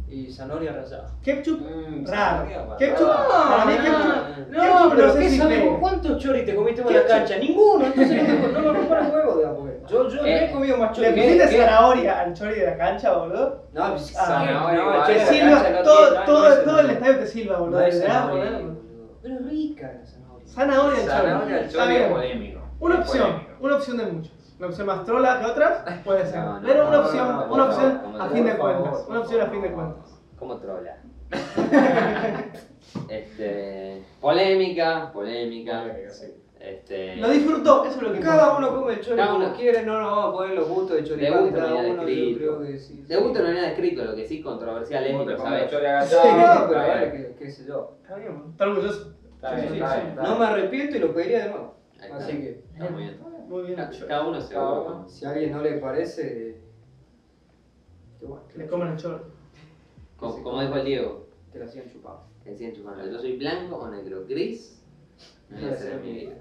Speaker 7: y zanahoria rallada.
Speaker 4: Ketchup.
Speaker 5: Mm,
Speaker 4: Raro.
Speaker 5: zanahoria
Speaker 4: Ketchup. Para mí,
Speaker 7: no,
Speaker 4: ketchup.
Speaker 7: No,
Speaker 4: ketchup
Speaker 7: pero
Speaker 4: sé
Speaker 7: ¿qué
Speaker 4: si
Speaker 7: sabemos?
Speaker 4: pega.
Speaker 7: ¿Cuántos choris te comiste en
Speaker 4: ¿Qué
Speaker 7: la
Speaker 4: cho-
Speaker 7: cancha? Ninguno, entonces no me- no me rompan el huevo, digamos. güey. Yo, yo
Speaker 3: Eh,
Speaker 7: he comido más
Speaker 4: ¿Le
Speaker 7: choris.
Speaker 4: pusiste
Speaker 7: ¿Qué-
Speaker 4: zanahoria al chori de la cancha, boludo?
Speaker 7: No, pues,
Speaker 4: Ah,
Speaker 7: zanahoria,
Speaker 5: no,
Speaker 7: igual,
Speaker 5: te
Speaker 7: la
Speaker 4: Te
Speaker 5: Esa
Speaker 7: cancha
Speaker 4: silba,
Speaker 7: no
Speaker 4: todo,
Speaker 7: tiene-
Speaker 4: todo,
Speaker 7: no es
Speaker 4: todo el
Speaker 7: zanahoria.
Speaker 4: estadio te silba, boludo.
Speaker 7: No es
Speaker 4: Le das,
Speaker 7: zanahoria,
Speaker 4: boludo.
Speaker 7: boludo. Pero es rica la zanahoria.
Speaker 4: Zanahoria al chori.
Speaker 5: Zanahoria al
Speaker 4: Está
Speaker 5: chori es
Speaker 4: bien.
Speaker 5: polémico.
Speaker 4: Una
Speaker 5: Es
Speaker 4: opción,
Speaker 5: polémico.
Speaker 4: una opción de muchas. Una opción más trola que otras, puede ser.
Speaker 3: No, no,
Speaker 4: Pero una
Speaker 3: no,
Speaker 4: opción,
Speaker 3: no, no,
Speaker 4: una
Speaker 3: no,
Speaker 4: opción
Speaker 3: no, no,
Speaker 4: a
Speaker 3: no,
Speaker 4: fin
Speaker 7: por
Speaker 4: de
Speaker 7: favor,
Speaker 4: cuentas.
Speaker 7: por
Speaker 4: Una opción a
Speaker 7: favor.
Speaker 4: fin de cuentas.
Speaker 3: Como
Speaker 4: [LAUGHS]
Speaker 3: trola. este, polémica, polémica.
Speaker 5: Polémico, sí.
Speaker 3: Este,
Speaker 4: Lo disfrutó, eso es lo que
Speaker 7: Cada
Speaker 4: importa.
Speaker 7: uno come el chori
Speaker 3: Cada
Speaker 7: como
Speaker 3: uno.
Speaker 7: quiere, no nos vamos a poner los gustos de
Speaker 3: De
Speaker 7: choripán
Speaker 3: gusto
Speaker 7: de cada
Speaker 3: no hay
Speaker 7: uno, yo
Speaker 3: escrito.
Speaker 7: creo que sí.
Speaker 3: de gusto no hay nada escrito, lo que sí controversial es,
Speaker 5: Vos te
Speaker 3: lo
Speaker 5: comes
Speaker 3: ¿sabes?
Speaker 5: el chori
Speaker 7: Sí, no,
Speaker 5: agachado,
Speaker 7: pero
Speaker 5: está
Speaker 7: a ver,
Speaker 5: bien.
Speaker 7: qué- qué sé yo.
Speaker 4: Está bien, boludo. está orgulloso.
Speaker 5: Está
Speaker 4: Sí,
Speaker 5: bien,
Speaker 4: sí,
Speaker 5: está
Speaker 4: sí.
Speaker 5: bien, está
Speaker 7: No
Speaker 5: bien.
Speaker 7: me arrepiento y lo pediría de nuevo.
Speaker 3: Ahí está.
Speaker 7: Así que.
Speaker 3: Está muy bien.
Speaker 4: Muy bien.
Speaker 3: Ca- Cada uno se
Speaker 5: Cada
Speaker 3: va.
Speaker 5: uno.
Speaker 7: Si a alguien no le parece, qué bueno,
Speaker 4: Le comen el chorro.
Speaker 3: Como, como dijo el Diego,
Speaker 7: te la hacían chupada.
Speaker 3: recién chupando. Yo soy blanco o negro, gris. No voy a hacer mi vida.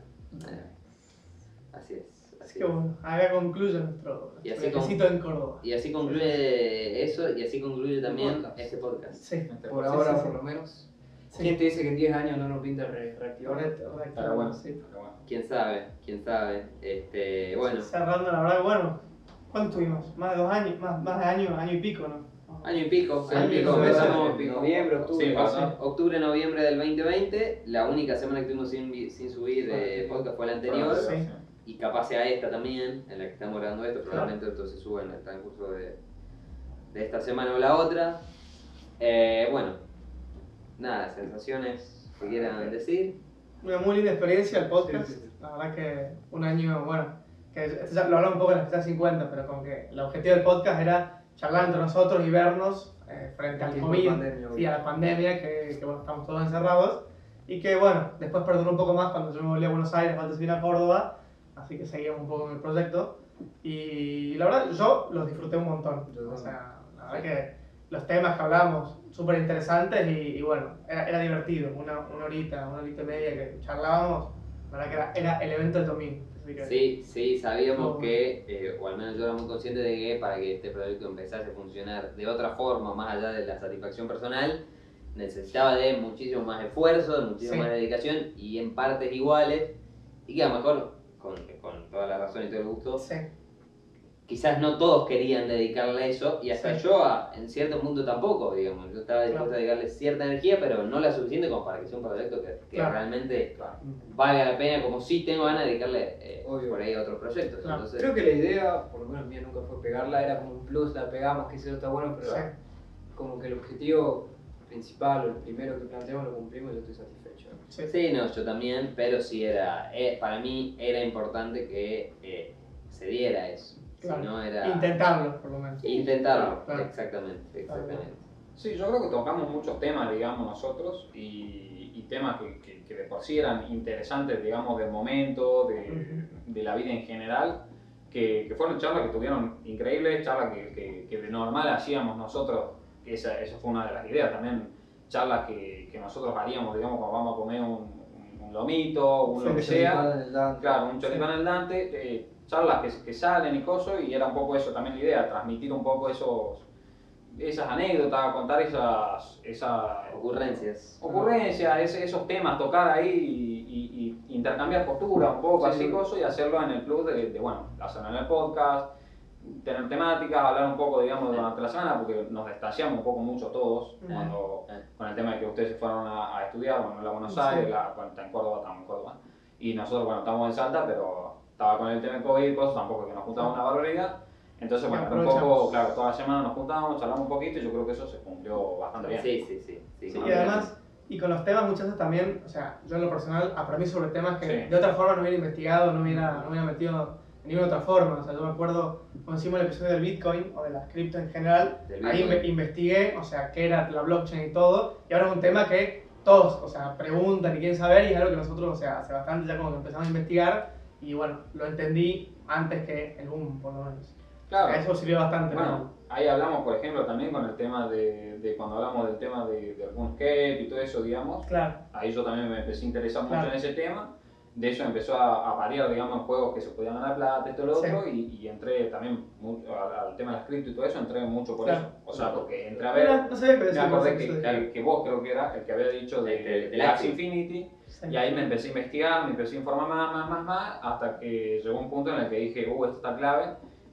Speaker 3: Así es.
Speaker 4: Así
Speaker 3: Así
Speaker 4: que
Speaker 3: es.
Speaker 4: bueno, acá concluye nuestro
Speaker 3: Y así
Speaker 4: requisito en Córdoba.
Speaker 3: Y así concluye eso y así concluye también
Speaker 7: podcast.
Speaker 3: este podcast.
Speaker 4: Sí.
Speaker 7: Por
Speaker 4: Sí,
Speaker 7: ahora,
Speaker 4: sí, sí.
Speaker 7: por lo menos.
Speaker 4: Sí.
Speaker 7: ¿Quién te dice que en 10 años no nos pinta re- reactivar?
Speaker 4: Correcto, correcto.
Speaker 5: Pero bueno.
Speaker 4: Sí.
Speaker 5: Pero bueno.
Speaker 3: Quién sabe, quién sabe. Este, bueno,
Speaker 4: Cerrando, la verdad, que, bueno, ¿cuánto tuvimos? Más de dos años, más, más de año, año y pico, ¿no?
Speaker 3: año y pico,
Speaker 4: Sí,
Speaker 3: año y pico.
Speaker 4: sí, sí.
Speaker 3: Empezamos
Speaker 7: Noviembre, octubre.
Speaker 5: Sí, pasó.
Speaker 3: octubre, noviembre del 2020. La única semana que tuvimos sin, vi- sin subir eh, podcast fue la anterior.
Speaker 4: Sí.
Speaker 3: y capaz sea esta también, en la que estamos grabando esto, probablemente esto se suba en el transcurso de, de esta semana o la otra. Eh, bueno, nada, sensaciones que quieran decir.
Speaker 4: Una muy linda experiencia el podcast.
Speaker 7: Sí, sí, sí.
Speaker 4: La verdad que un año, bueno, que esto ya lo hablamos un poco en la fiesta 50, pero como que el objetivo del podcast era charlar entre nosotros y vernos eh, frente al
Speaker 7: Tiempo
Speaker 4: COVID
Speaker 7: pandemia,
Speaker 4: y
Speaker 7: obvio.
Speaker 4: a la pandemia, que, que, bueno, estamos todos encerrados. Y que bueno, después perdonó un poco más cuando yo me volví a Buenos Aires, cuando subí a Córdoba, así que seguíamos un poco con el proyecto. Y la verdad, yo los disfruté un montón.
Speaker 7: Yo
Speaker 4: O
Speaker 7: también.
Speaker 4: sea, la verdad que los temas que hablábamos, súper interesantes y, y bueno, era, era divertido. Una, una horita, una horita y media que charlábamos, la verdad que era, era el evento del domingo. Así que,
Speaker 3: Sí, sí, sabíamos
Speaker 4: No.
Speaker 3: que, eh, o al menos yo era muy consciente de que para que este proyecto empezase a funcionar de otra forma, más allá de la satisfacción personal, necesitaba de muchísimo más esfuerzo, de muchísimo
Speaker 4: Sí.
Speaker 3: más dedicación y en partes iguales. Y que a lo mejor, con, con toda la razón y todo el gusto,
Speaker 4: sí,
Speaker 3: quizás no todos querían dedicarle eso, y hasta
Speaker 4: Sí.
Speaker 3: yo a- en cierto punto tampoco, digamos. Yo estaba dispuesto a
Speaker 4: Claro.
Speaker 3: dedicarle cierta energía, pero no la suficiente como para que sea un proyecto que, que
Speaker 4: Claro.
Speaker 3: realmente
Speaker 5: Claro.
Speaker 3: valga la pena, como sí tengo ganas de dedicarle eh,
Speaker 7: Obvio.
Speaker 3: por ahí a otros proyectos.
Speaker 4: Claro.
Speaker 3: Entonces,
Speaker 7: Creo que la idea, por lo menos mía nunca fue pegarla, era como un plus, la pegamos, que eso está bueno, pero
Speaker 4: sí.
Speaker 7: como que el objetivo
Speaker 6: principal o el primero que planteamos lo cumplimos y yo estoy satisfecho.
Speaker 4: Sí, sí.
Speaker 3: Sí, no, yo también, pero sí era, eh, para mí era importante que eh, se diera eso.
Speaker 4: Claro.
Speaker 3: Si no era...
Speaker 4: Intentarlo, por lo menos.
Speaker 3: Intentarlo,
Speaker 4: Claro.
Speaker 3: exactamente, exactamente.
Speaker 5: Sí, yo creo que tocamos muchos temas, digamos, nosotros, y, y temas que, que- que de por sí eran interesantes, digamos, del momento, de, de la vida en general, que, que fueron charlas que tuvieron increíbles, charlas que, que- que de normal hacíamos nosotros, que esa, esa fue una de las ideas también, charlas que, que nosotros haríamos, digamos, cuando vamos a comer un, un- un lomito, un lo que sea.
Speaker 7: Choripán en el Dante.
Speaker 5: Claro, un choripán al Dante, eh, charlas que, que salen y cosas, y era un poco eso también la idea, transmitir un poco esos, esas anécdotas, contar esas, esas
Speaker 3: Ocurrencias.
Speaker 5: ocurrencias, ese- esos temas, tocar ahí y, y- y intercambiar posturas un poco,
Speaker 7: Sí,
Speaker 5: así
Speaker 7: sí.
Speaker 5: cosas, y hacerlo en el club de, de, bueno, hacerlo en el podcast, tener temáticas, hablar un poco, digamos, durante la semana, porque nos distanciamos un poco mucho todos,
Speaker 4: Ujú.
Speaker 5: cuando,
Speaker 3: Eh.
Speaker 5: con el tema de que ustedes se fueron a, a estudiar, bueno, la Buenos Aires, la, bueno, está en Córdoba, estamos en Córdoba, y nosotros, bueno, estamos en Salta, pero estaba con el tema de COVID y cosas, tampoco es que nos juntamos una barbaridad, entonces,
Speaker 4: Y
Speaker 5: bueno, un
Speaker 4: aprovechamos.
Speaker 5: poco, claro, toda la semana nos juntábamos, charlamos un poquito, y yo creo que eso se cumplió bastante bien.
Speaker 3: Sí, sí, sí. sí,
Speaker 5: Sí,
Speaker 4: Y además, y con los temas muchas veces también, o sea, yo en lo personal aprendí sobre temas que
Speaker 5: Sí.
Speaker 4: de otra forma no hubiera investigado, no hubiera, no hubiera metido de ninguna otra forma. O sea, yo me acuerdo cuando hicimos el episodio del Bitcoin o de las cripto en general,
Speaker 3: Del
Speaker 4: ahí
Speaker 3: Bitcoin.
Speaker 4: inve- investigué, o sea, qué era la blockchain y todo, y ahora es un tema que todos, o sea, preguntan y quieren saber, y es algo que nosotros, o sea, hace bastante ya como que empezamos a investigar, y bueno, lo entendí antes que el boom, por lo menos. O sea,
Speaker 5: Claro,
Speaker 4: eso sirvió bastante.
Speaker 5: Bueno, ahí hablamos, por ejemplo, también con el tema de, de cuando hablamos del tema de, de algún escape y todo eso, digamos.
Speaker 4: ¿no? Claro,
Speaker 5: Ahí yo también me empecé a interesar mucho
Speaker 4: Claro.
Speaker 5: en ese tema. De eso empezó a, a variar, digamos, en juegos que se podían ganar plata, esto, lo
Speaker 4: Sí.
Speaker 5: otro. Y, y entré también mu- al, al tema de las cripto y todo eso, entré mucho por
Speaker 4: Claro.
Speaker 5: eso. O sea, porque entré a ver.
Speaker 4: Mira, no sabía que
Speaker 5: Me
Speaker 4: decía
Speaker 5: acordé
Speaker 4: cosas
Speaker 5: que,
Speaker 4: así.
Speaker 5: que- que vos creo que era el que había dicho de,
Speaker 3: Este,
Speaker 5: de,
Speaker 3: de Axie.
Speaker 5: Axie Infinity.
Speaker 4: Sí.
Speaker 5: Y ahí me empecé a investigar, me empecé a informar más, más, más, más, hasta que llegó un punto en el que dije, uh, esto está clave.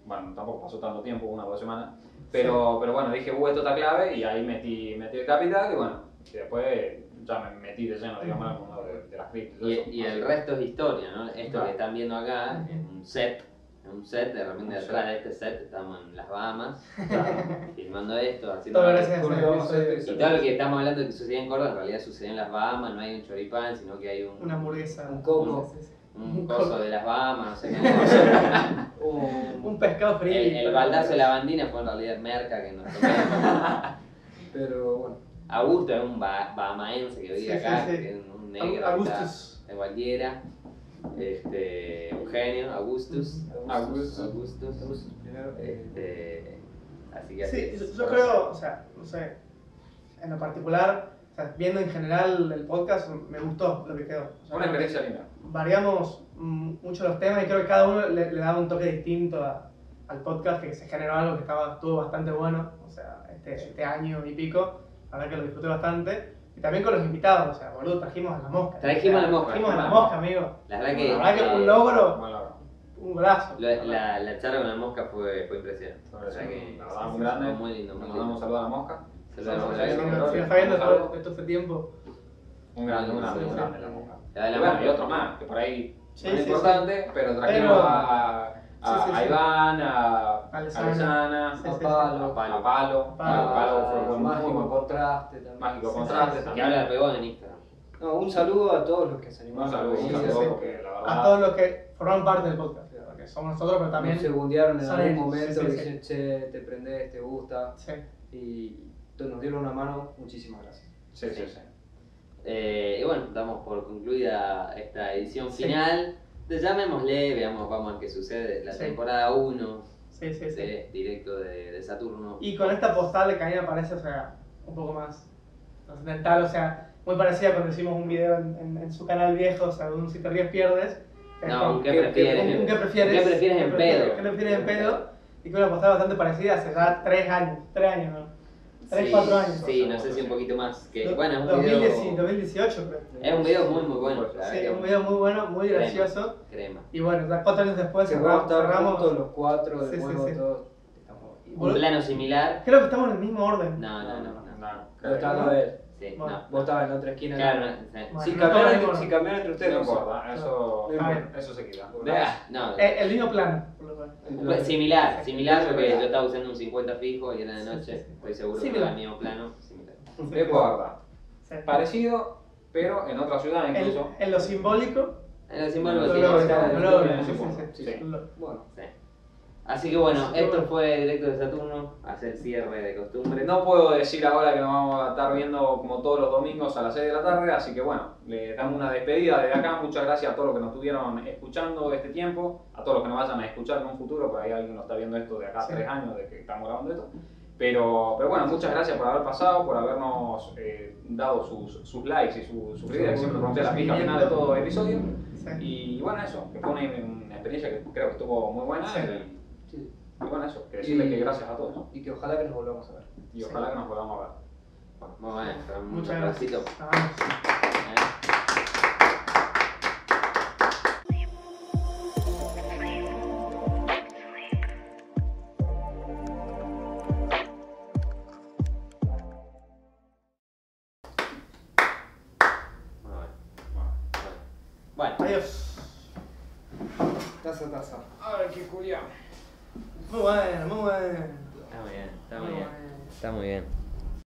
Speaker 5: Bueno, tampoco pasó tanto tiempo, una o dos semanas. Pero, pero bueno, dije, uh, esto está clave, y ahí metí, metí el capital, y bueno, y después ya me metí de lleno, digamos, en el mundo de, de las criptos.
Speaker 3: Y, y el resto es historia, ¿no? Esto
Speaker 5: Claro.
Speaker 3: que están viendo acá,
Speaker 4: Ujú.
Speaker 3: en un set, en un set, de repente
Speaker 5: Un
Speaker 3: detrás
Speaker 5: set.
Speaker 3: de este set estamos en las Bahamas,
Speaker 5: Claro.
Speaker 3: [LAUGHS] filmando esto, haciendo...
Speaker 4: Todo gracias a
Speaker 7: Porque
Speaker 4: ese
Speaker 7: vamos a hacer
Speaker 4: episodio.
Speaker 3: Y
Speaker 7: esto
Speaker 3: todo lo que estamos hablando que sucedía en Córdoba, en realidad sucedió en las Bahamas, no hay un choripán, sino que hay un,
Speaker 4: Una hamburguesa.
Speaker 7: Un coco.
Speaker 3: un coso de las Bahamas, no sé cómo.
Speaker 5: [LAUGHS]
Speaker 4: Un
Speaker 7: Un-
Speaker 4: pescado
Speaker 3: El,
Speaker 4: frío.
Speaker 3: el baldazo de la bandina fue en realidad merca que nos tomamos.
Speaker 7: Pero bueno,
Speaker 3: Augusto es un ba- bahamaense que vive
Speaker 4: Sí,
Speaker 3: acá,
Speaker 4: sí, sí.
Speaker 3: que es un negro. que
Speaker 4: Au-
Speaker 3: está
Speaker 4: Augustus.
Speaker 3: De cualquiera. Este, Eugenio, Augustus.
Speaker 5: Augustus.
Speaker 3: Augustus.
Speaker 7: primero. eh,
Speaker 3: Este, así que así
Speaker 4: Sí, yo,
Speaker 3: es.
Speaker 4: yo creo, o sea, no sé, en lo particular, o sea, viendo en general el podcast, me gustó lo que quedó. O sea,
Speaker 5: Una experiencia linda.
Speaker 4: variamos mm, mucho los temas y creo que cada uno le, le daba un toque distinto a- al podcast, que se generó algo que estaba, estuvo bastante bueno, o sea, este, este año y pico, la verdad que lo disfruté bastante. Y también con los invitados, o sea, boludo, trajimos a la mosca.
Speaker 3: Trajimos a la mosca.
Speaker 4: Trajimos a la mosca, amigo.
Speaker 3: La verdad que,
Speaker 4: La verdad que
Speaker 3: eh,
Speaker 4: un logro,
Speaker 5: Bueno, la verdad,
Speaker 4: un golazo.
Speaker 3: lo- la, la charla con la mosca fue, fue impresionante.
Speaker 5: la verdad que Pues la verdad,
Speaker 3: sí,
Speaker 5: muy
Speaker 3: sí,
Speaker 5: grande.
Speaker 3: muy lindo, muy
Speaker 5: Le
Speaker 3: lindo.
Speaker 5: mandamos un saludo a la mosca.
Speaker 4: Si
Speaker 3: Saludos a la
Speaker 4: nos
Speaker 3: mosca.
Speaker 5: sí, sí, sí.
Speaker 4: está viendo todo, todo este tiempo,
Speaker 5: Un grande, un grande,
Speaker 3: Sí,
Speaker 5: un
Speaker 3: sí.
Speaker 5: grande la mosca.
Speaker 3: La de
Speaker 5: Y
Speaker 3: la
Speaker 5: bueno,
Speaker 3: mosca.
Speaker 5: y otro más, que por ahí
Speaker 4: Sí,
Speaker 5: no es
Speaker 4: sí,
Speaker 5: importante, pero trajimos
Speaker 4: Pero-
Speaker 5: a, a, a
Speaker 4: Sí, sí, sí.
Speaker 5: Iván, a
Speaker 4: A Alessandra.
Speaker 5: Alessana,
Speaker 4: Sí,
Speaker 7: a
Speaker 4: sí, Ah, sí.
Speaker 5: a
Speaker 7: palo.
Speaker 5: Palo, a
Speaker 3: Palo.
Speaker 5: Palo,
Speaker 4: Palo.
Speaker 5: Palo fue
Speaker 7: a
Speaker 5: un
Speaker 7: mágico
Speaker 5: mágico,
Speaker 7: contraste también.
Speaker 5: mágico
Speaker 4: Sí,
Speaker 5: contraste
Speaker 4: sí,
Speaker 3: Que habla
Speaker 5: también.
Speaker 3: pegó en Instagram.
Speaker 7: No, un saludo a todos los que se animaron.
Speaker 5: Un saludo,
Speaker 7: Sí,
Speaker 5: un
Speaker 7: sí.
Speaker 5: saludo, porque la
Speaker 4: a
Speaker 5: verdad,
Speaker 4: todos los que forman parte del podcast, porque somos nosotros, pero también...
Speaker 7: Nos segundearon en
Speaker 4: son
Speaker 7: algún
Speaker 4: ellos, sí,
Speaker 7: momento,
Speaker 4: sí, sí.
Speaker 7: dicen, che, te prendés, te gusta.
Speaker 4: Sí.
Speaker 7: Y to- nos dieron una mano, muchísimas gracias.
Speaker 5: sí, sí, sí.
Speaker 3: Eh, y bueno, damos por concluida esta edición
Speaker 4: Sí.
Speaker 3: final. Entonces, llamémosle, veamos, vamos a ver qué sucede. La
Speaker 4: Sí.
Speaker 3: temporada 1
Speaker 4: Sí, sí, sí.
Speaker 3: de directo de, de Saturno.
Speaker 4: Y con esta postal que a mí me parece, o sea, un poco más trascendental, o sea, muy parecida cuando hicimos un video en, en- en su canal viejo, o sea, de un si te ríes pierdes. que es
Speaker 3: No,
Speaker 4: como,
Speaker 3: un ¿qué
Speaker 7: ¿Qué-
Speaker 3: prefieres?
Speaker 4: un- un ¿qué prefieres?
Speaker 3: ¿Qué prefieres en pedo?
Speaker 4: ¿Qué prefieres en pedo? Y con una postal bastante parecida hace ya tres años, tres años, ¿no? Tres,
Speaker 3: Sí,
Speaker 4: cuatro años.
Speaker 3: Sí, no sé si un poquito más. Que,
Speaker 4: Do-
Speaker 3: bueno, es un
Speaker 4: 2010
Speaker 3: video,
Speaker 4: 2018, creo.
Speaker 3: es un video muy, muy bueno. la verdad
Speaker 4: Sí,
Speaker 3: que
Speaker 4: un video muy bueno, muy
Speaker 3: Crema.
Speaker 4: gracioso.
Speaker 3: Crema.
Speaker 4: Y bueno, ya cuatro años después
Speaker 7: Que vamos a
Speaker 4: cerramos.
Speaker 7: estar
Speaker 4: cerramos-
Speaker 7: juntos los cuatro, de
Speaker 4: Sí, sí,
Speaker 7: nuevo
Speaker 4: sí.
Speaker 7: todos. Estamos...
Speaker 3: Un plano similar.
Speaker 4: Creo que estamos en el mismo orden.
Speaker 3: No, no, no. no.
Speaker 5: No,
Speaker 7: Vos
Speaker 5: creo que
Speaker 7: estabas, a ver,
Speaker 3: Sí,
Speaker 4: Bueno.
Speaker 7: vos estabas en la otra esquina.
Speaker 3: no.
Speaker 7: ¿no?
Speaker 3: Claro, no, sí.
Speaker 4: Bueno,
Speaker 7: Si
Speaker 4: no
Speaker 7: cambiaron,
Speaker 4: estamos
Speaker 7: si
Speaker 4: en-
Speaker 7: cambiaron entre
Speaker 5: Usted
Speaker 7: ustedes,
Speaker 5: no
Speaker 7: no importa.
Speaker 5: importa, eso,
Speaker 7: No
Speaker 4: importa.
Speaker 5: eso se quita.
Speaker 3: Ah, no.
Speaker 4: Eh, el mismo plano, por lo cual.
Speaker 3: Pues Similar, similar, porque yo estaba usando un 50 fijo y era de noche. Estoy seguro que era
Speaker 4: Similar.
Speaker 3: el mismo plano. Similar.
Speaker 5: No importa.
Speaker 4: Sí.
Speaker 5: Parecido, pero en otra ciudad
Speaker 4: En,
Speaker 5: incluso.
Speaker 4: en lo simbólico,
Speaker 3: En el símbolo
Speaker 4: lo
Speaker 3: sí,
Speaker 4: logran,
Speaker 3: está-
Speaker 4: lo
Speaker 5: en
Speaker 4: logran.
Speaker 5: ese
Speaker 4: sí,
Speaker 5: punto.
Speaker 4: sí,
Speaker 5: Sí.
Speaker 4: sí, lo-
Speaker 6: Bueno,
Speaker 3: Sí. Así que bueno,
Speaker 4: Así que
Speaker 3: esto
Speaker 4: bueno.
Speaker 3: fue directo de Saturno, hacer cierre de costumbre.
Speaker 5: No puedo decir ahora que nos vamos a estar viendo como todos los domingos a las 6 de la tarde, así que bueno, les damos una despedida desde acá. Muchas gracias a todos los que nos estuvieron escuchando este tiempo, a todos los que nos vayan a escuchar en un futuro, por ahí alguien nos está viendo esto de acá a
Speaker 4: Sí.
Speaker 5: tres años de que estamos grabando esto. Pero, pero bueno, muchas gracias por haber pasado, por habernos eh, dado sus, sus likes y su- sus ideas, siempre pregunté la pija al final de todo episodio.
Speaker 4: sí.
Speaker 5: Y bueno, eso, que fue una, una experiencia que creo que estuvo muy buena.
Speaker 4: Sí.
Speaker 5: Y, y bueno, eso, que
Speaker 7: Y-
Speaker 5: decirles que gracias a todos, ¿no?
Speaker 7: Y que ojalá que nos volvamos a ver.
Speaker 5: Y
Speaker 4: Sí.
Speaker 5: ojalá que nos podamos ver.
Speaker 3: Muy bueno, pero un
Speaker 4: Muchas
Speaker 3: abracito,
Speaker 4: gracias. Nos vemos.
Speaker 3: ¿eh? Muy bueno,
Speaker 5: Bueno.
Speaker 3: Bueno.
Speaker 4: Adiós.
Speaker 7: Taza, taza.
Speaker 4: Muy bueno, muy bueno.
Speaker 3: Está muy bien, está
Speaker 4: Muy
Speaker 3: muy bien.
Speaker 4: bueno.
Speaker 3: Está muy bien.